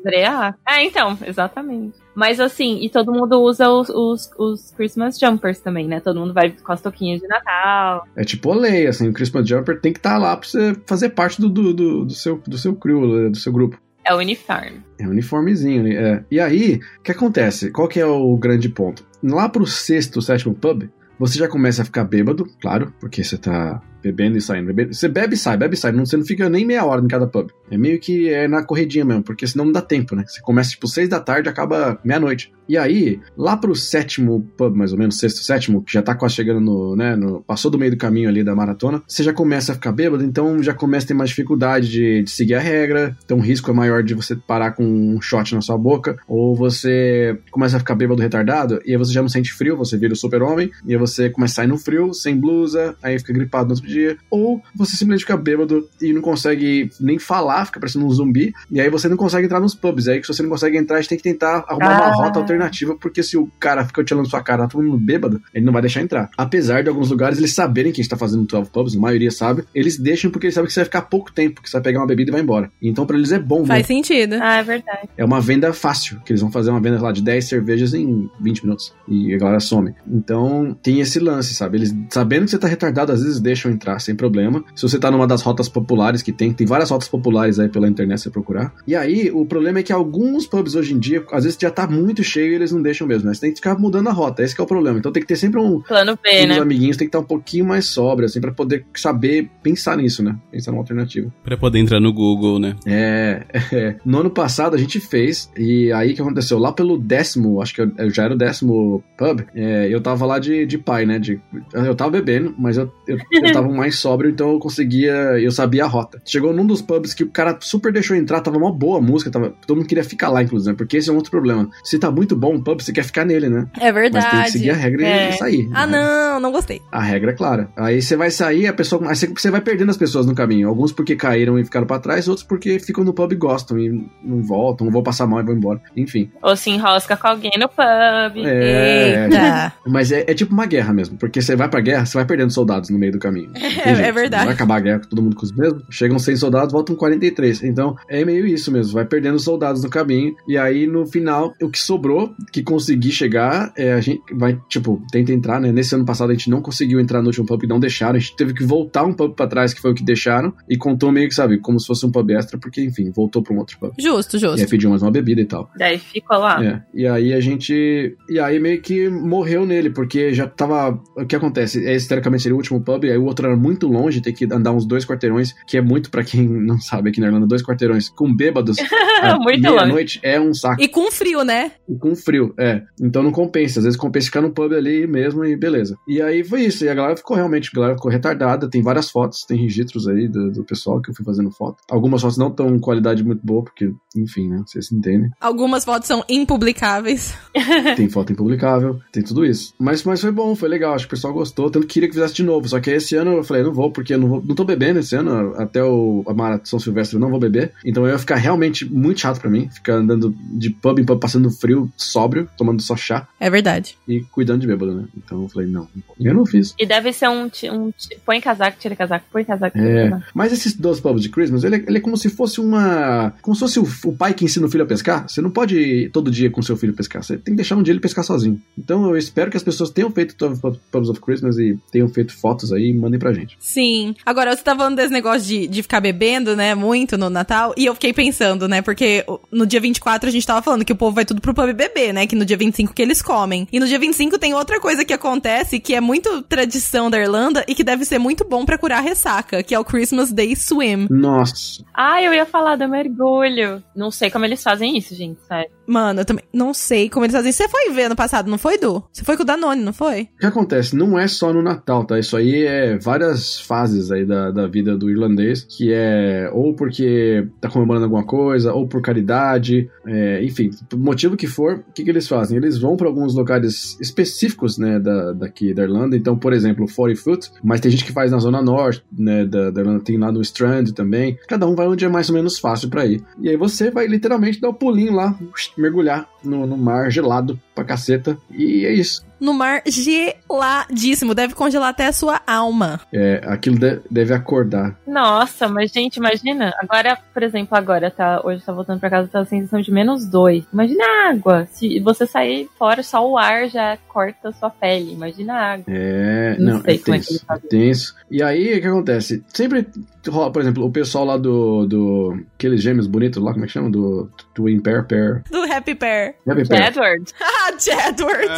D: Andrea? É, então, exatamente. Mas assim, e todo mundo usa os, os, os Christmas jumpers também, né? Todo mundo vai com as touquinhas de Natal.
A: É tipo a lei, assim, o Christmas Jumper tem que estar lá pra você fazer parte do, do, do, do seu, do seu crew, né, do seu grupo.
D: É o uniforme.
A: É um uniformezinho, né? É. E aí, o que acontece? Qual que é o grande ponto? Lá pro sexto, sétimo pub, você já começa a ficar bêbado, claro, porque você tá bebendo e saindo. bebendo. Você bebe e sai, bebe e sai. Não, você não fica nem meia hora em cada pub. É meio que é na corredinha mesmo, porque senão não dá tempo, né? Você começa tipo seis da tarde acaba meia-noite. E aí, lá pro sétimo pub, mais ou menos, sexto, sétimo, que já tá quase chegando no, né, no- Passou do meio do caminho ali da maratona, você já começa a ficar bêbado, então já começa a ter mais dificuldade de, de seguir a regra. Então o risco é maior de você parar com um shot na sua boca, ou você começa a ficar bêbado retardado, e aí você já não sente frio, você vira o super-homem, e aí você começa a sair no frio, sem blusa, aí fica gripado no outro dia, ou você simplesmente fica bêbado e não consegue nem falar, fica parecendo um zumbi, e aí você não consegue entrar nos pubs. Aí se você não consegue entrar, a gente tem que tentar arrumar uma rota alternativa, porque se o cara fica tirando sua cara, tá todo mundo bêbado, ele não vai deixar entrar. Apesar de alguns lugares eles saberem que a gente tá fazendo 12 pubs, a maioria sabe, eles deixam porque eles sabem que você vai ficar pouco tempo, que você vai pegar uma bebida e vai embora. Então pra eles é bom, né?
G: Faz sentido.
D: Ah, é verdade.
A: É uma venda fácil, que eles vão fazer uma venda lá de 10 cervejas em 20 minutos e a galera some. Então tem esse lance, sabe? Eles sabendo que você tá retardado, às vezes deixam entrar sem problema. Se você tá numa das rotas populares que tem, tem várias rotas populares aí pela internet se você procurar. E aí o problema é que alguns pubs hoje em dia, às vezes já tá muito cheio e eles não deixam mesmo, né? Você tem que ficar mudando a rota, esse que é o problema. Então tem que ter sempre um.
D: Plano B,
A: Um dos
D: né?
A: amiguinhos tem que estar um pouquinho mais sóbrio, assim, pra poder saber pensar nisso, né? Pensar numa alternativa.
B: Pra poder entrar no Google, né?
A: É, é. no ano passado a gente fez, e aí o que aconteceu? Lá pelo décimo, acho que eu, eu já era o décimo pub, é, eu tava lá de, de pai, né? De, eu tava bebendo, mas eu, eu, eu tava mais sóbrio, então eu conseguia, eu sabia a rota. Chegou num dos pubs que o cara super deixou entrar, tava uma boa música, tava, todo mundo queria ficar lá, inclusive, né? porque esse é um outro problema. Se tá muito bom o pub, você quer ficar nele, né?
G: É
A: Mas tem que seguir a
G: verdade.
A: regra e-
D: É.
A: e sair. né?
G: Ah, não, não gostei.
A: A regra é clara. Aí você vai sair, a pessoa. Aí você- você vai perdendo as pessoas no caminho. Alguns porque caíram e ficaram pra trás, outros porque ficam no pub e gostam e não voltam, vão passar mal e vão embora. Enfim.
D: Ou se enrosca com alguém no pub.
A: É.
C: Tá.
G: Eita.
A: Mas é, é tipo uma guerra mesmo, porque você vai pra guerra, você vai perdendo soldados no meio do caminho. Não tem
G: É, é verdade.
A: Vai acabar a guerra com todo mundo com os mesmos. Chegam 100 soldados, voltam 43. Então é meio isso mesmo, vai perdendo soldados no caminho. E aí no final, o que sobrou, que conseguir chegar, é, a gente vai, tipo, tenta entrar, né? Nesse ano passado a gente não conseguiu entrar no último pub, não deixaram. A gente teve que voltar um pub pra trás, que foi o que deixaram. E contou meio que, sabe, como se fosse um pub extra, porque enfim, voltou pra um outro pub.
G: Justo,
A: E aí
G: justo.
A: pediu mais uma bebida e tal.
D: Daí ficou lá.
A: É, e aí a gente. E aí meio que morreu nele, porque já tava. O que acontece? Esse teoricamente É, seria o último pub, e aí o outro era muito longe, ter que andar uns dois quarteirões, que é muito pra quem não sabe aqui na Irlanda, dois quarteirões com bêbados à
D: Muito
A: meia-noite é um saco.
C: E com frio, né?
A: E com frio, é. Então não compensa. Às vezes compensa ficar no pub ali mesmo e beleza. E aí foi isso. E a galera ficou realmente, a galera ficou retardada. Tem várias fotos, tem registros aí do, do pessoal que eu fui fazendo foto. Algumas fotos não estão em qualidade muito boa, porque, enfim, né? Vocês entendem.
C: Algumas fotos são impublicáveis.
A: Tem foto impublicável, tem tudo isso. Mas, mas foi bom, foi legal. Acho que o pessoal gostou. Tanto que queria que fizesse de novo. Só que esse ano eu falei, não vou, porque eu não, vou, não tô bebendo esse ano. Até o, a Mara São Silvestre eu não vou beber. Então eu ia ficar realmente muito chato pra mim. Ficar andando de pub em pub, passando frio, sóbrio, tomando só chá.
C: É verdade.
A: e cuidando de bêbado, né? Então eu falei, não, não pode. eu não fiz.
D: E deve ser um, ti- um ti- Põe casaco, tira casaco, põe casaco, tira
A: É,
D: casaco.
A: mas esses dois pubs de Christmas, ele, é- ele é como se fosse uma. Como se fosse o, o pai que ensina o filho a pescar. Você não pode ir todo dia com seu filho pescar. Você tem que deixar um dia ele pescar sozinho. Então eu espero que as pessoas tenham feito Tub- Pub- Pubs of Christmas e tenham feito fotos aí e mandem pra gente.
C: Sim. Agora, você tá falando desse negócio de, de ficar bebendo, né? Muito no Natal. E eu fiquei pensando, né? Porque o- no dia 24 a gente tava falando que o povo vai tudo pro pub beber, né? Que no dia 25 que eles comem. E no dia 25 tem outra coisa que acontece que é muito tradição da Irlanda e que deve ser muito bom pra curar a ressaca, que é o Christmas Day Swim.
A: Nossa,
D: Ah, eu ia falar do mergulho. Não sei como eles fazem isso, gente, sério.
C: Mano, eu também não sei como eles fazem. Você foi ver no passado, não foi, Du? Você foi com o Danone, não foi?
A: o que acontece? Não é só no Natal, tá? Isso aí é várias fases aí da, da vida do irlandês, que é ou porque tá comemorando alguma coisa, ou por caridade, É, enfim, por motivo que for, o que, que eles fazem? Eles vão para alguns lugares específicos, né, da, daqui da Irlanda. Então, por exemplo, 40 Foot, mas tem gente que faz na Zona Norte, né, da, da Irlanda, tem lá no Strand também. Cada um vai onde é mais ou menos fácil para ir. E aí você vai literalmente dar o pulinho lá, mergulhar no, no mar gelado pra caceta. E é isso.
C: No mar geladíssimo. Deve congelar até a sua alma.
A: É, aquilo de- deve acordar.
D: Nossa, mas gente, imagina. Agora, por exemplo, agora tá. Hoje tá voltando pra casa, tá a sensação de menos dois. Imagina a água. Se você sair fora, só o ar já corta a sua pele. Imagina a água.
A: É, não,
D: Não sei
A: é
D: como é que
A: tenso.
D: eles fazem.
A: é tenso. E aí, o que acontece? Sempre rola, por exemplo, o pessoal lá do. do aqueles gêmeos bonitos lá, como é que chama? Do Twin Pair Pair.
C: Do Happy Pair.
A: Happy Pair.
D: Edward.
C: Ah,
B: É.
C: Jedward!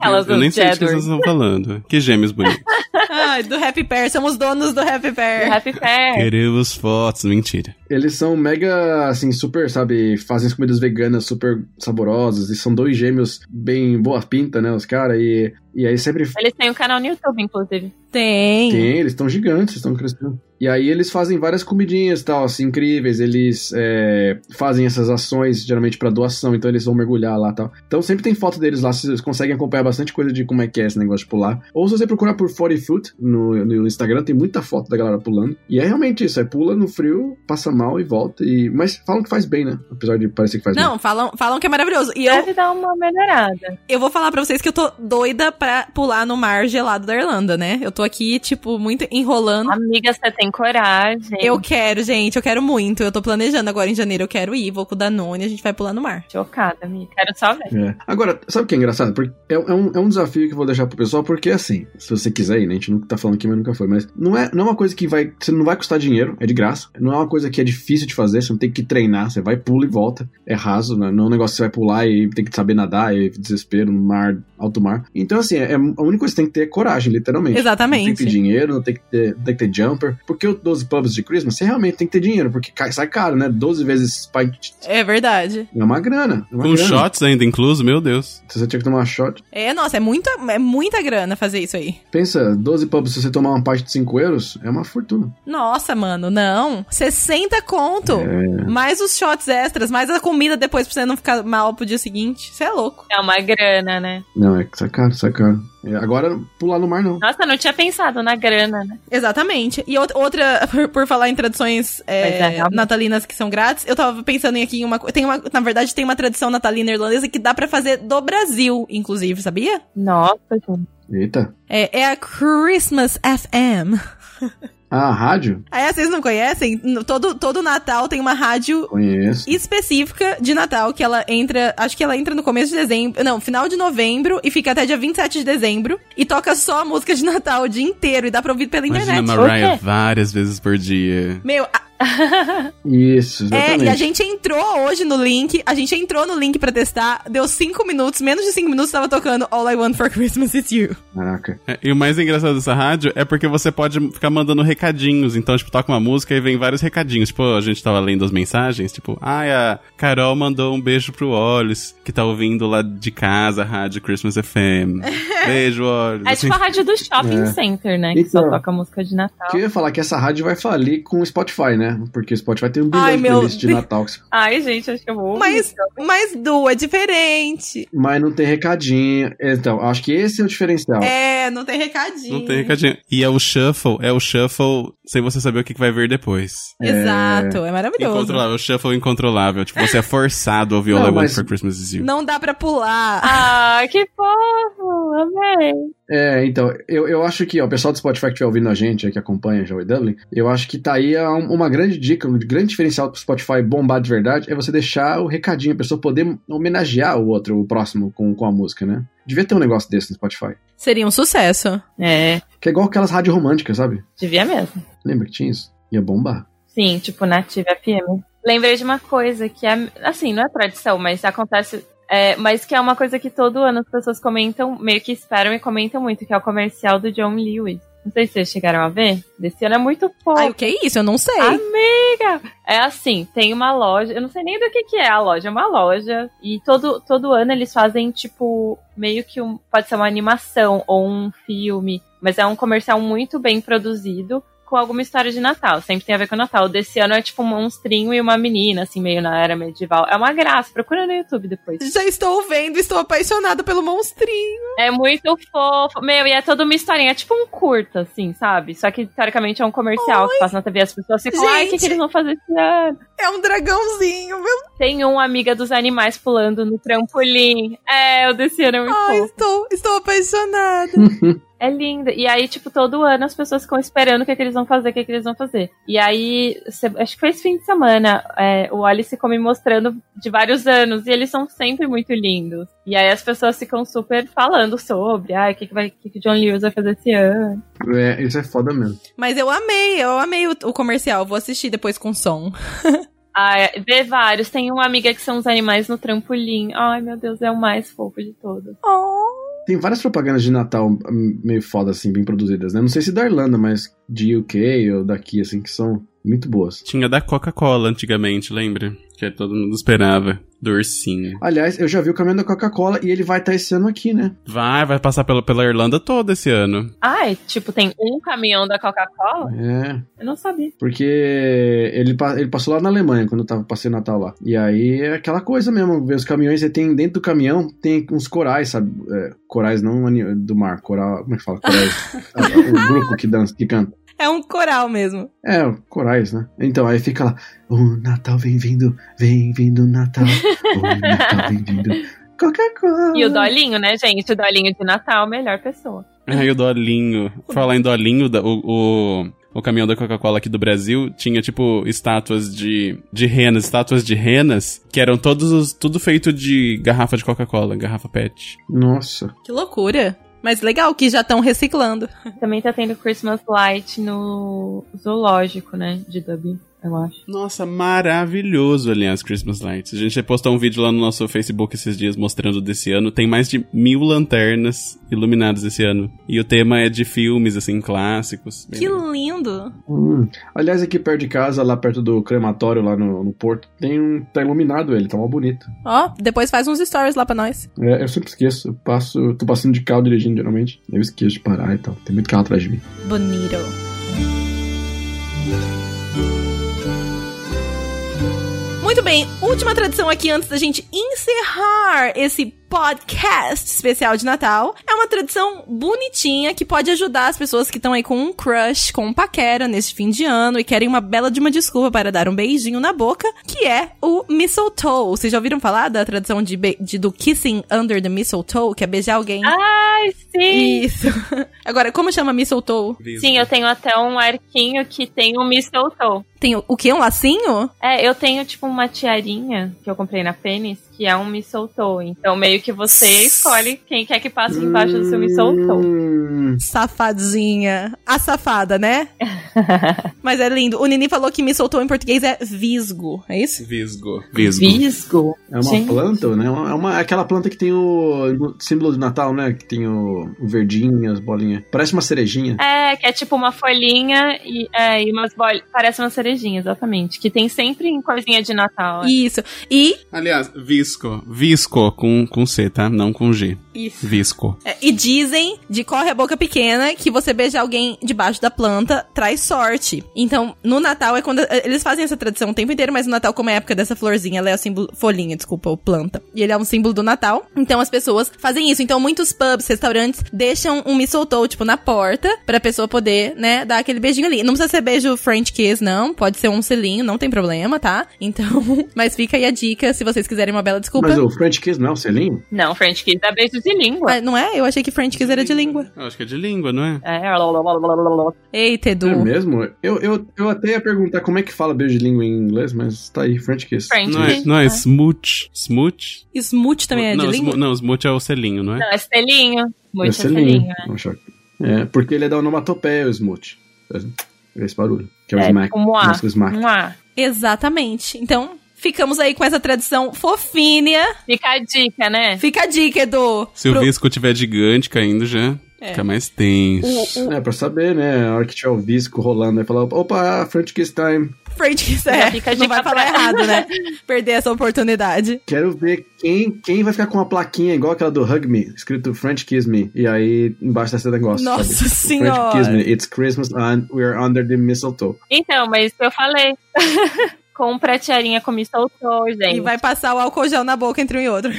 D: Aquelas
B: eu nem sei do que
D: Jedward.
B: vocês estão falando. Que gêmeos bonitos.
C: Ai, do Happy Pair. Somos donos do Happy Pair.
D: É Happy Fair.
B: Queremos fotos. Mentira.
A: Eles são mega, assim, super, sabe? Fazem as comidas veganas super saborosas. E são dois gêmeos bem boa pinta, né? Os caras. E, e aí sempre
D: Eles têm um canal no YouTube, inclusive.
C: Tem.
A: Tem, eles estão gigantes, estão crescendo. E aí eles fazem várias comidinhas tal, assim, incríveis. Eles é, fazem essas ações geralmente pra doação, então eles vão mergulhar lá tal. Então sempre tem foto deles lá, vocês conseguem acompanhar bastante coisa de como é que é esse negócio de pular. Ou se você procurar por 40 Foot no, no Instagram, tem muita foto da galera pulando. E é realmente isso, é pula no frio, passa mal e volta. E... Mas falam que faz bem, né? Apesar de parecer que faz mal.
C: Não, falam, falam que é maravilhoso. E eu,
D: Deve dar uma melhorada.
C: eu vou falar pra vocês que eu tô doida pra pular no mar gelado da Irlanda, né? Eu tô aqui, tipo, muito enrolando.
D: Amiga, você tem coragem.
C: Eu quero, gente, eu quero muito. Eu tô planejando agora em janeiro, eu quero ir, vou com o Danone, a gente vai pular no mar.
D: Chocada, amiga. Quero só ver.
A: É. Agora, sabe o que é engraçado? Porque é, é um, é um desafio que eu vou deixar pro pessoal, porque assim, se você quiser ir, né? A gente nunca tá falando aqui, mas nunca foi. Mas não é, não é uma coisa que vai. Você não vai custar dinheiro, é de graça. Não é uma coisa que é difícil de fazer, você não tem que treinar, você vai, pula e volta. É raso, né? Não é um negócio que você vai pular e tem que saber nadar, e desespero, mar, alto mar. Então, assim, é, a única coisa que você tem que ter é coragem, literalmente. Não tem que ter
C: Exatamente.
A: dinheiro, não tem que ter, tem que ter jumper. Porque o 12 pubs de Christmas, você realmente tem que ter dinheiro, porque cai- sai caro, né? 12 vezes pint
C: É verdade.
A: é uma grana. É uma
B: Com um
A: grana.
B: shots ainda incluso, meu Deus.
A: Se você tinha que tomar um shot.
C: É, nossa, é muita, é muita grana fazer isso aí.
A: Pensa, 12 pubs, se você tomar uma parte de 5 euros, é uma fortuna.
C: Nossa, mano, não. 60 conto.
D: É.
C: Mais os shots extras, mais a comida depois pra você não ficar mal pro dia seguinte. Você é louco.
D: É uma grana, né?
A: Não, é que sai caro, sai caro. É, agora, pular no mar, não.
D: Nossa, eu não tinha pensado na grana, né?
C: Exatamente. E out- outra, por, por falar em tradições é,
D: Mas é, realmente.
C: natalinas que são grátis, eu tava pensando em aqui em uma, co- tem uma. Na verdade, tem uma tradição natalina irlandesa que dá pra fazer do Brasil, inclusive, sabia?
D: Nossa, gente.
A: Eita.
C: É, é a Christmas FM.
A: Ah, rádio?
C: Aí vocês não conhecem? No- Todo, todo Natal tem uma rádio
A: Conheço.
C: específica de Natal, que ela entra, acho que ela entra no começo de dezembro, não, final de novembro e fica até dia 27 de dezembro e toca só a música de Natal o dia inteiro e dá pra ouvir pela
B: Imagina
C: internet.
B: a
D: Por
B: Mariah
D: quê?
B: várias vezes por dia.
C: Meu, a-
A: Isso,
C: É,
A: exatamente.
C: e a gente entrou hoje no link, a gente entrou no link pra testar, deu cinco minutos, menos de cinco minutos tava tocando All I Want for Christmas is You.
A: Caraca.
B: É, E o mais engraçado dessa rádio é porque você pode ficar mandando recadinhos. Então, tipo, toca uma música e vem vários recadinhos. Tipo, a gente tava lendo as mensagens, tipo, ai, a Carol mandou um beijo pro Olhos, que tá ouvindo lá de casa a rádio Christmas FM. Beijo, Assim, Olhos.
D: É tipo a rádio do shopping
A: É.
D: center, né? Que
A: Então.
D: só toca música de Natal.
A: Que eu ia falar que essa rádio vai falir com o Spotify, né? Porque o Spotify tem um bilhão
C: Ai,
A: de
C: meu
A: playlists de
C: Deus.
A: Natal.
D: Ai, gente, acho que eu vou. ouvir.
C: Mas, mas Du, é diferente.
A: Mas não tem recadinho. Então, acho que esse é o diferencial.
C: É, não tem recadinho.
D: assim.
B: Não tem recadinho. E é o shuffle, é o shuffle sem você saber o que que vai vir depois.
C: Exato, é maravilhoso.
B: Incontrolável, o shuffle incontrolável. Tipo, você é forçado a ouvir All
A: Não,
B: I Want
A: mas-
B: for Christmas Is You.
C: Não dá pra pular.
D: Ah, que fofo! Amei!
A: É, então, eu, eu acho que ó, o pessoal do Spotify que estiver ouvindo a gente, aí, que acompanha já o Dublin, eu acho que tá aí a um- uma grande dica, um grande diferencial pro Spotify bombar de verdade, é você deixar o recadinho, a pessoa poder homenagear o outro, o próximo, com, com a música, né? Devia ter um negócio desse no Spotify.
C: Seria um sucesso.
D: É,
A: Que é igual aquelas rádios românticas, sabe?
D: devia mesmo.
A: Lembra que tinha isso? Ia bombar.
D: Sim, tipo Native FM. Lembrei de uma coisa que é, assim, não é tradição, mas acontece. é, mas que é uma coisa que todo ano as pessoas comentam, meio que esperam e comentam muito, que é o comercial do John Lewis. Não sei se vocês chegaram a ver. Desse ano é muito pouco.
C: Ai, o que é isso? Eu não sei.
D: Amiga! É assim, tem uma loja, eu não sei nem do que que é a loja, é uma loja, e todo, todo ano eles fazem, tipo, meio que um, pode ser uma animação ou um filme, mas é um comercial muito bem produzido com alguma história de Natal, sempre tem a ver com o Natal. Desse ano é tipo um monstrinho e uma menina, assim, meio na era medieval. É uma graça, procura no YouTube depois.
C: Já estou vendo, estou apaixonada pelo monstrinho.
D: É muito fofo. Meu, e é toda uma historinha, é tipo um curta, assim, sabe? Só que, teoricamente, é um comercial que passa na TV as pessoas ficam, ai, o que, que
C: Gente.
D: eles vão fazer esse ano?
C: É um dragãozinho, meu
D: Tem um amiga dos animais pulando no trampolim. É, o desse ano é muito
C: Ai,
D: fofo.
C: estou, estou apaixonada.
D: É lindo. E aí, tipo, todo ano as pessoas ficam esperando o que, é que eles vão fazer, o que, é que eles vão fazer. E aí, se- acho que foi esse fim de semana, é, o Alice ficou me mostrando de vários anos. E eles são sempre muito lindos. E aí as pessoas ficam super falando sobre, ai, o que, que, vai, o que, que o John Lewis vai fazer esse ano.
A: É, isso é foda mesmo.
C: Mas eu amei, eu amei o, o comercial. Vou assistir depois com som.
D: Ai, vê vários. Tem uma amiga que são os animais no trampolim. Ai, meu Deus, é o mais fofo de todos.
C: Oh.
A: Tem várias propagandas de Natal hum, meio foda, assim, bem produzidas, né? Não sei se da Irlanda, mas de UK ou daqui, assim, que são muito boas.
B: Tinha da Coca-Cola antigamente, lembra? Que todo mundo esperava. Do ursinho.
A: Aliás, eu já vi o caminhão da Coca-Cola e ele vai estar esse ano aqui, né?
B: Vai, vai passar pela, pela Irlanda toda esse ano.
D: Ai, tipo, tem um caminhão da Coca-Cola?
A: É,
D: Eu não sabia.
A: porque ele, pa- ele passou lá na Alemanha quando eu tava passei o Natal lá. E aí é aquela coisa mesmo, ver os caminhões, você tem dentro do caminhão, tem uns corais, sabe? É, corais não ani- do mar, coral, como é que fala? Corais. Ah, o grupo que dança, que canta.
C: É um coral mesmo.
A: É, corais, né? Então, aí fica lá, o Natal vem vindo, vem vindo o Natal, o Natal vem vindo, Coca-Cola.
D: E o Dolinho, né, gente? O Dolinho de Natal, melhor pessoa.
B: Ai, o Dolinho. Por Falar em Dolinho, da- o, o, o caminhão da Coca-Cola aqui do Brasil tinha, tipo, estátuas de, de renas, estátuas de renas, que eram todos os. Tudo feito de garrafa de Coca-Cola, garrafa PET.
A: Nossa,
C: Que loucura. Mas legal que já estão reciclando.
D: Também tá tendo Christmas Light no zoológico, né, de Dublin, eu acho.
B: Nossa, maravilhoso, aliás, Christmas Lights. A gente postou um vídeo lá no nosso Facebook esses dias mostrando desse ano. Tem mais de mil lanternas iluminadas esse ano. E o tema é de filmes, assim, clássicos. Bem
C: Que
B: legal.
C: lindo.
A: Hum. Aliás, aqui perto de casa, lá perto do crematório, lá no, no Porto, tem um. Tá iluminado ele, tá mal bonito.
C: Ó, depois faz uns stories lá pra nós.
A: É, eu sempre esqueço. Eu passo, eu tô passando de carro dirigindo geralmente. Eu esqueço de parar e tal. Tem muito carro atrás de mim.
C: Bonito. Muito bem, última tradição aqui antes da gente encerrar esse podcast especial de Natal. É uma tradição bonitinha que pode ajudar as pessoas que estão aí com um crush, com um paquera neste fim de ano e querem uma bela de uma desculpa para dar um beijinho na boca, que é o mistletoe. Vocês já ouviram falar da tradição de, be- de- do kissing under the mistletoe, que é beijar alguém?
D: Ai, sim!
C: Isso. Agora, como chama mistletoe?
D: Sim, eu tenho até um arquinho que tem um mistletoe.
C: Tem o, o quê? Um lacinho?
D: É, eu tenho, tipo, uma tiarinha que eu comprei na Pênis, que é um mistletoe. Então, meio meio que você escolhe quem quer que passe embaixo do seu me soltou.
A: Hum,
C: Safadinha. A safada, né? Mas é lindo. O Nini falou que me soltou em português é visgo. É isso?
B: Visgo. Visgo.
D: Visgo?
A: É uma
D: Gente.
A: planta, né? É uma- É uma, aquela planta que tem o símbolo de Natal, né? Que tem o, o verdinho, as bolinhas. Parece uma cerejinha.
D: É, que é tipo uma folhinha e, é, e umas bolhas. Parece uma cerejinha, exatamente. Que tem sempre em coisinha de Natal. é.
C: Isso. E.
B: Aliás, visco. Visco com, com C, tá? Não com G.
C: Isso.
B: Visco.
C: É, E dizem, de corre a boca pequena, que você beijar alguém debaixo da planta traz sorte. Então, no Natal é quando. eh, Eles fazem essa tradição o tempo inteiro, mas no Natal, como é a época dessa florzinha, ela é o símbolo. Folhinha, desculpa, ou planta. E ele é um símbolo do Natal. Então as pessoas fazem isso. Então, muitos pubs, restaurantes deixam um mistletoe, tipo, na porta, pra pessoa poder, né, dar aquele beijinho ali. Não precisa ser beijo French kiss, não. Pode ser um selinho, não tem problema, tá? Então, mas fica aí a dica, se vocês quiserem uma bela desculpa.
A: Mas o French Kiss não é um selinho?
D: Não, French Kiss dá beijo de língua.
C: Ah, não é? Eu achei que French kiss era de língua.
B: Eu acho que é de língua, não é?
D: É, lá, lá, lá, lá, lá, lá.
C: Eita, Edu.
A: É mesmo? Eu, eu, eu até ia perguntar como é que fala beijo de língua em inglês, mas tá aí, French Kiss.
D: French
B: Não é,
D: kiss.
B: não é smooth? Smooth?
C: Smooth Tá. também é
B: não,
C: de língua?
B: smu- não, smooth é o selinho, não é?
D: Não, é selinho. Muito
A: é
D: é selinho. é.
A: Um choque. É, porque ele é da onomatopeia, o Smooth. É Esse barulho. Que é o
D: É,
A: smack.
D: tipo um A.
A: Nosso smack.
D: Um A.
C: Exatamente. Então, ficamos aí com essa tradição fofinha.
D: Fica a dica, né?
C: Fica a dica, Edu.
B: Se o
C: Pro-
B: visco tiver gigante caindo já,
C: É.
B: fica mais tenso.
A: É, pra saber, né? A hora que tiver o visco rolando, aí falar, opa, French Kiss time.
C: French Kiss
D: Já
C: é.
D: fica a
C: Não
D: dica
C: vai falar
D: pra-
C: errado, né? Perder essa oportunidade.
A: Quero ver quem, quem vai ficar com uma plaquinha igual aquela do Hug Me, escrito French Kiss Me. E aí, embaixo desse negócio,
C: Nossa
A: sabe? Tipo,
C: Senhora.
A: French Kiss Me, it's Christmas and we're under the mistletoe.
D: Então, mas eu falei. Com pratearinha com me soltou, gente.
C: E vai passar o álcool gel na boca entre um e outro.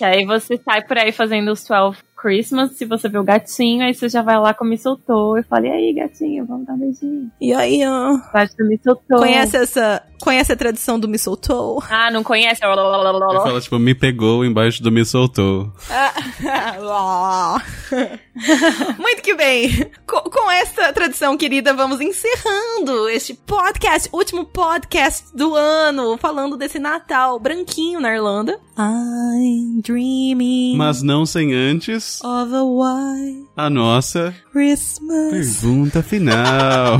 D: E aí você sai por aí fazendo os 12 Christmas, se você vê o gatinho, aí você já vai lá com o Mistletoe e fala, e aí, gatinho, vamos dar um beijinho.
C: E aí, ó.
D: Bate do Mistletoe.
C: Conhece essa, conhece a tradição do mistletoe?
D: Ah, não conhece? Lá, lá, lá, lá,
B: Ele
D: lá.
B: fala, tipo, me pegou embaixo do me soltou.
C: Ah. Muito que bem. Co- Com, esta tradição querida, vamos encerrando este podcast, último podcast do ano, falando desse Natal branquinho na Irlanda. I'm dreaming
B: Mas não sem antes
C: of a white
B: a nossa
C: Christmas.
B: pergunta final.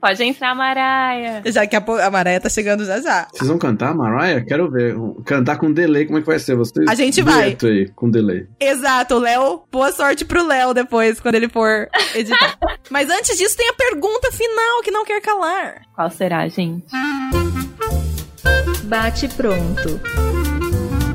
D: Pode entrar, Maraia.
C: Já que a, po- a Maraia tá chegando já já.
A: Vocês vão cantar, Mariah? Quero ver. Cantar com delay, como é que vai ser? Vocês
C: A gente vai.
A: dueto aí, com delay.
C: Exato, Léo. Boa sorte pro Léo depois, quando ele for editar. Mas antes disso, tem a pergunta final que não quer calar.
D: Qual será, gente?
H: Bate pronto.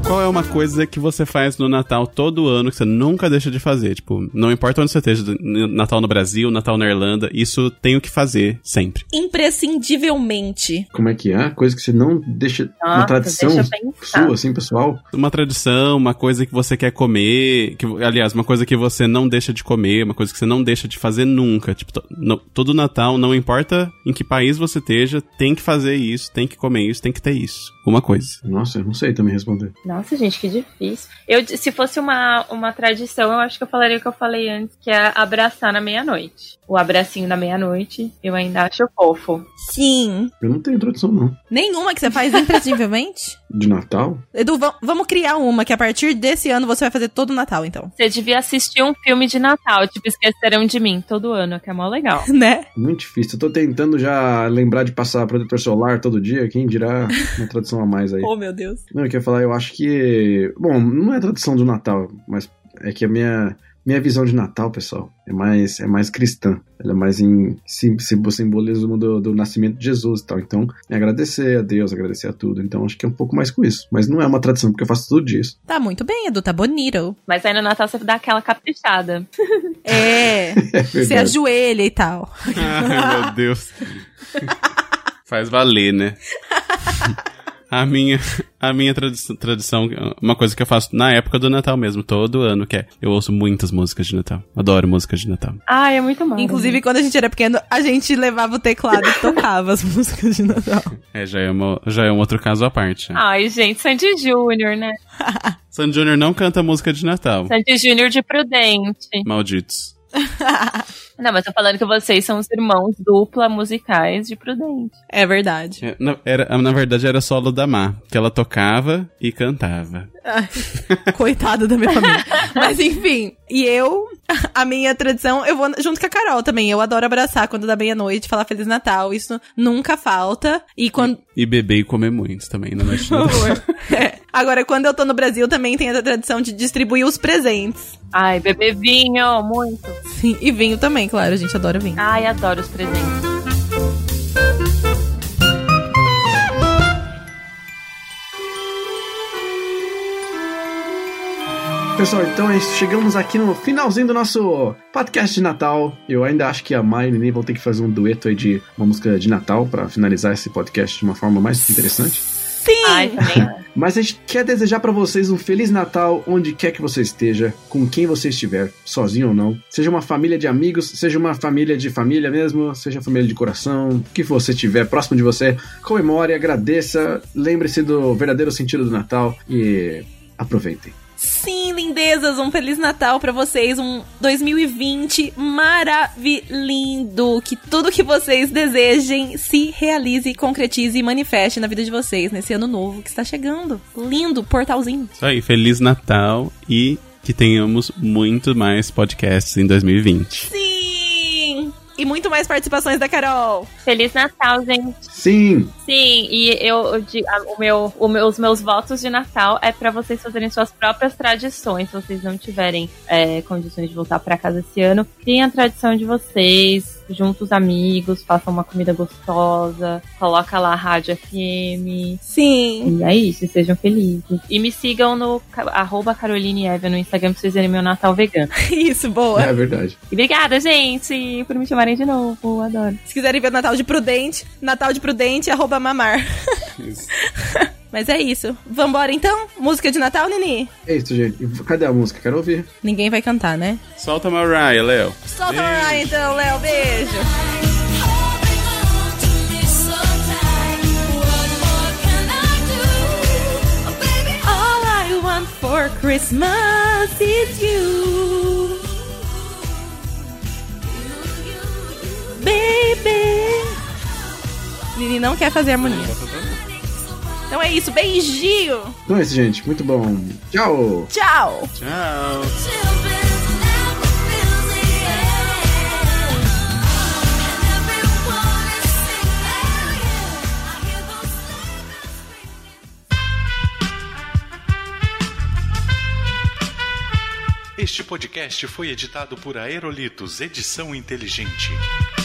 B: Qual é uma coisa que você faz no Natal todo ano que você nunca deixa de fazer? Tipo, não importa onde você esteja, do- n- Natal no Brasil, Natal na Irlanda, isso tem o que fazer sempre.
C: Imprescindivelmente.
A: Como é que é? Coisa que você não deixa. uma
D: Nossa,
A: tradição
D: deixa eu pensar.
A: sua, assim, pessoal.
B: Uma tradição, uma coisa que você quer comer, que, aliás, uma coisa que você não deixa de comer, uma coisa que você não deixa de fazer nunca. Tipo, to- no- todo Natal, não importa em que país você esteja, tem que fazer isso, tem que comer isso, tem que ter isso. Uma coisa.
A: Nossa, eu não sei também responder.
D: Nossa, gente, que difícil. Eu, se fosse uma, uma tradição, eu acho que eu falaria o que eu falei antes, que é abraçar na meia-noite. O abracinho da meia-noite, eu ainda acho fofo.
C: Sim.
A: Eu não tenho tradição, não.
C: Nenhuma que você faz imprescindivelmente?
A: De Natal?
C: Edu, va- vamos criar uma que a partir desse ano você vai fazer todo o Natal, então.
D: Você devia assistir um filme de Natal, tipo Esquecerão de Mim, todo ano, que é mó legal.
C: Né?
A: Muito difícil. Eu tô tentando já lembrar de passar protetor solar todo dia. Quem dirá uma tradição a mais aí?
C: Oh, meu Deus.
A: Não, eu queria falar, eu acho que. Bom, não é tradição do Natal, mas é que a minha. Minha visão de Natal, pessoal, é mais, é mais cristã. Ela é mais em sim- sim- simbolismo do, do nascimento de Jesus e tal. Então, é agradecer a Deus, agradecer a tudo. Então, acho que é um pouco mais com isso. Mas não é uma tradição, porque eu faço todo dia isso.
C: Tá muito bem, Edu, tá bonito.
D: Mas aí no Natal você dá aquela caprichada.
C: É.
A: É
C: Você
A: verdade.
C: ajoelha e tal.
B: Ai, meu Deus. Faz valer, né? A minha, a minha tradi- tradição, uma coisa que eu faço na época do Natal mesmo, todo ano, que é eu ouço muitas músicas de Natal. Adoro músicas de Natal.
D: Ai, é muito mal.
C: Inclusive, quando a gente era pequeno, a gente levava o teclado e tocava as músicas de Natal.
B: É, já é, uma, já é um outro caso à parte. né?
D: Ai, gente, Sandy Júnior, né?
B: Sandy Júnior não canta música de Natal.
D: Sandy Júnior de Prudente.
B: Malditos.
D: Não, mas tô falando que vocês são os irmãos dupla musicais de Prudente.
G: É verdade.
B: É, Na, era, na verdade, era solo da Má, que ela tocava e cantava.
G: Coitada da minha família. Mas enfim, e eu, a minha tradição, eu vou junto com a Carol também. Eu adoro abraçar quando dá meia-noite, falar Feliz Natal. Isso nunca falta. E quando.
B: E beber e comer muito também, não mexe nada.
G: É. Agora, quando eu tô no Brasil, também tem essa tradição de distribuir os presentes.
D: Ai, bebê vinho, muito.
G: Sim, e vinho também, claro, a gente adora vinho.
D: Ai, adoro os presentes.
A: Pessoal, então é isso. Chegamos aqui no finalzinho do nosso podcast de Natal. Eu ainda acho que a Mai e o Nenê vão ter que fazer um dueto aí de uma música de Natal pra finalizar esse podcast de uma forma mais interessante.
G: Sim!
D: Ai, também.
A: Mas a gente quer desejar pra vocês um feliz Natal onde quer que você esteja, com quem você estiver, sozinho ou não. Seja uma família de amigos, seja uma família de família mesmo, seja família de coração, o que você tiver próximo de você, comemore, agradeça, lembre-se do verdadeiro sentido do Natal e aproveitem.
C: Sim, lindezas, um Feliz Natal pra vocês, um 2020 maravilhindo. Que tudo que vocês desejem se realize, concretize e manifeste na vida de vocês nesse ano novo que está chegando. Lindo, portalzinho.
B: Isso aí, Feliz Natal e que tenhamos muito mais podcasts em 2020.
C: Sim! E muito mais participações da Carol.
D: Feliz Natal, gente.
A: Sim!
D: Sim, e eu, eu di- a- o meu, o meu- os meus votos de Natal é pra vocês fazerem suas próprias tradições. Se vocês não tiverem é, condições de voltar pra casa esse ano, criem a tradição de vocês, juntos os amigos, façam uma comida gostosa, coloca lá a rádio FM.
C: Sim.
D: E é isso, sejam felizes. E me sigam no ca- arroba Caroline Eve no Instagram pra vocês verem meu Natal vegano.
G: Isso, boa.
A: É verdade.
D: E obrigada, gente, por me chamarem de novo. Adoro.
G: Se quiserem ver o Natal de Prudente, Natal de Prudente, arroba mamar. Mas é isso. Vambora então? Música de Natal, Nini?
A: É isso, gente. E Cadê a música? Quero ouvir.
G: Ninguém vai cantar, né?
B: Solta a Mariah, Léo.
G: Solta lá então, Léo. Beijo.
F: Holding on to me so tight. What more can I do? Oh, baby,
C: All I want for Christmas is you, baby.
G: Nini não quer fazer harmonia.
C: Então é isso, beijinho.
A: Então é isso, gente. Muito bom. Tchau!
G: Tchau.
B: Tchau.
F: children's laugh music. And everyone is singing. I hear those sleigh bells ringing.
I: Este podcast foi editado por Aerolitos Edição Inteligente.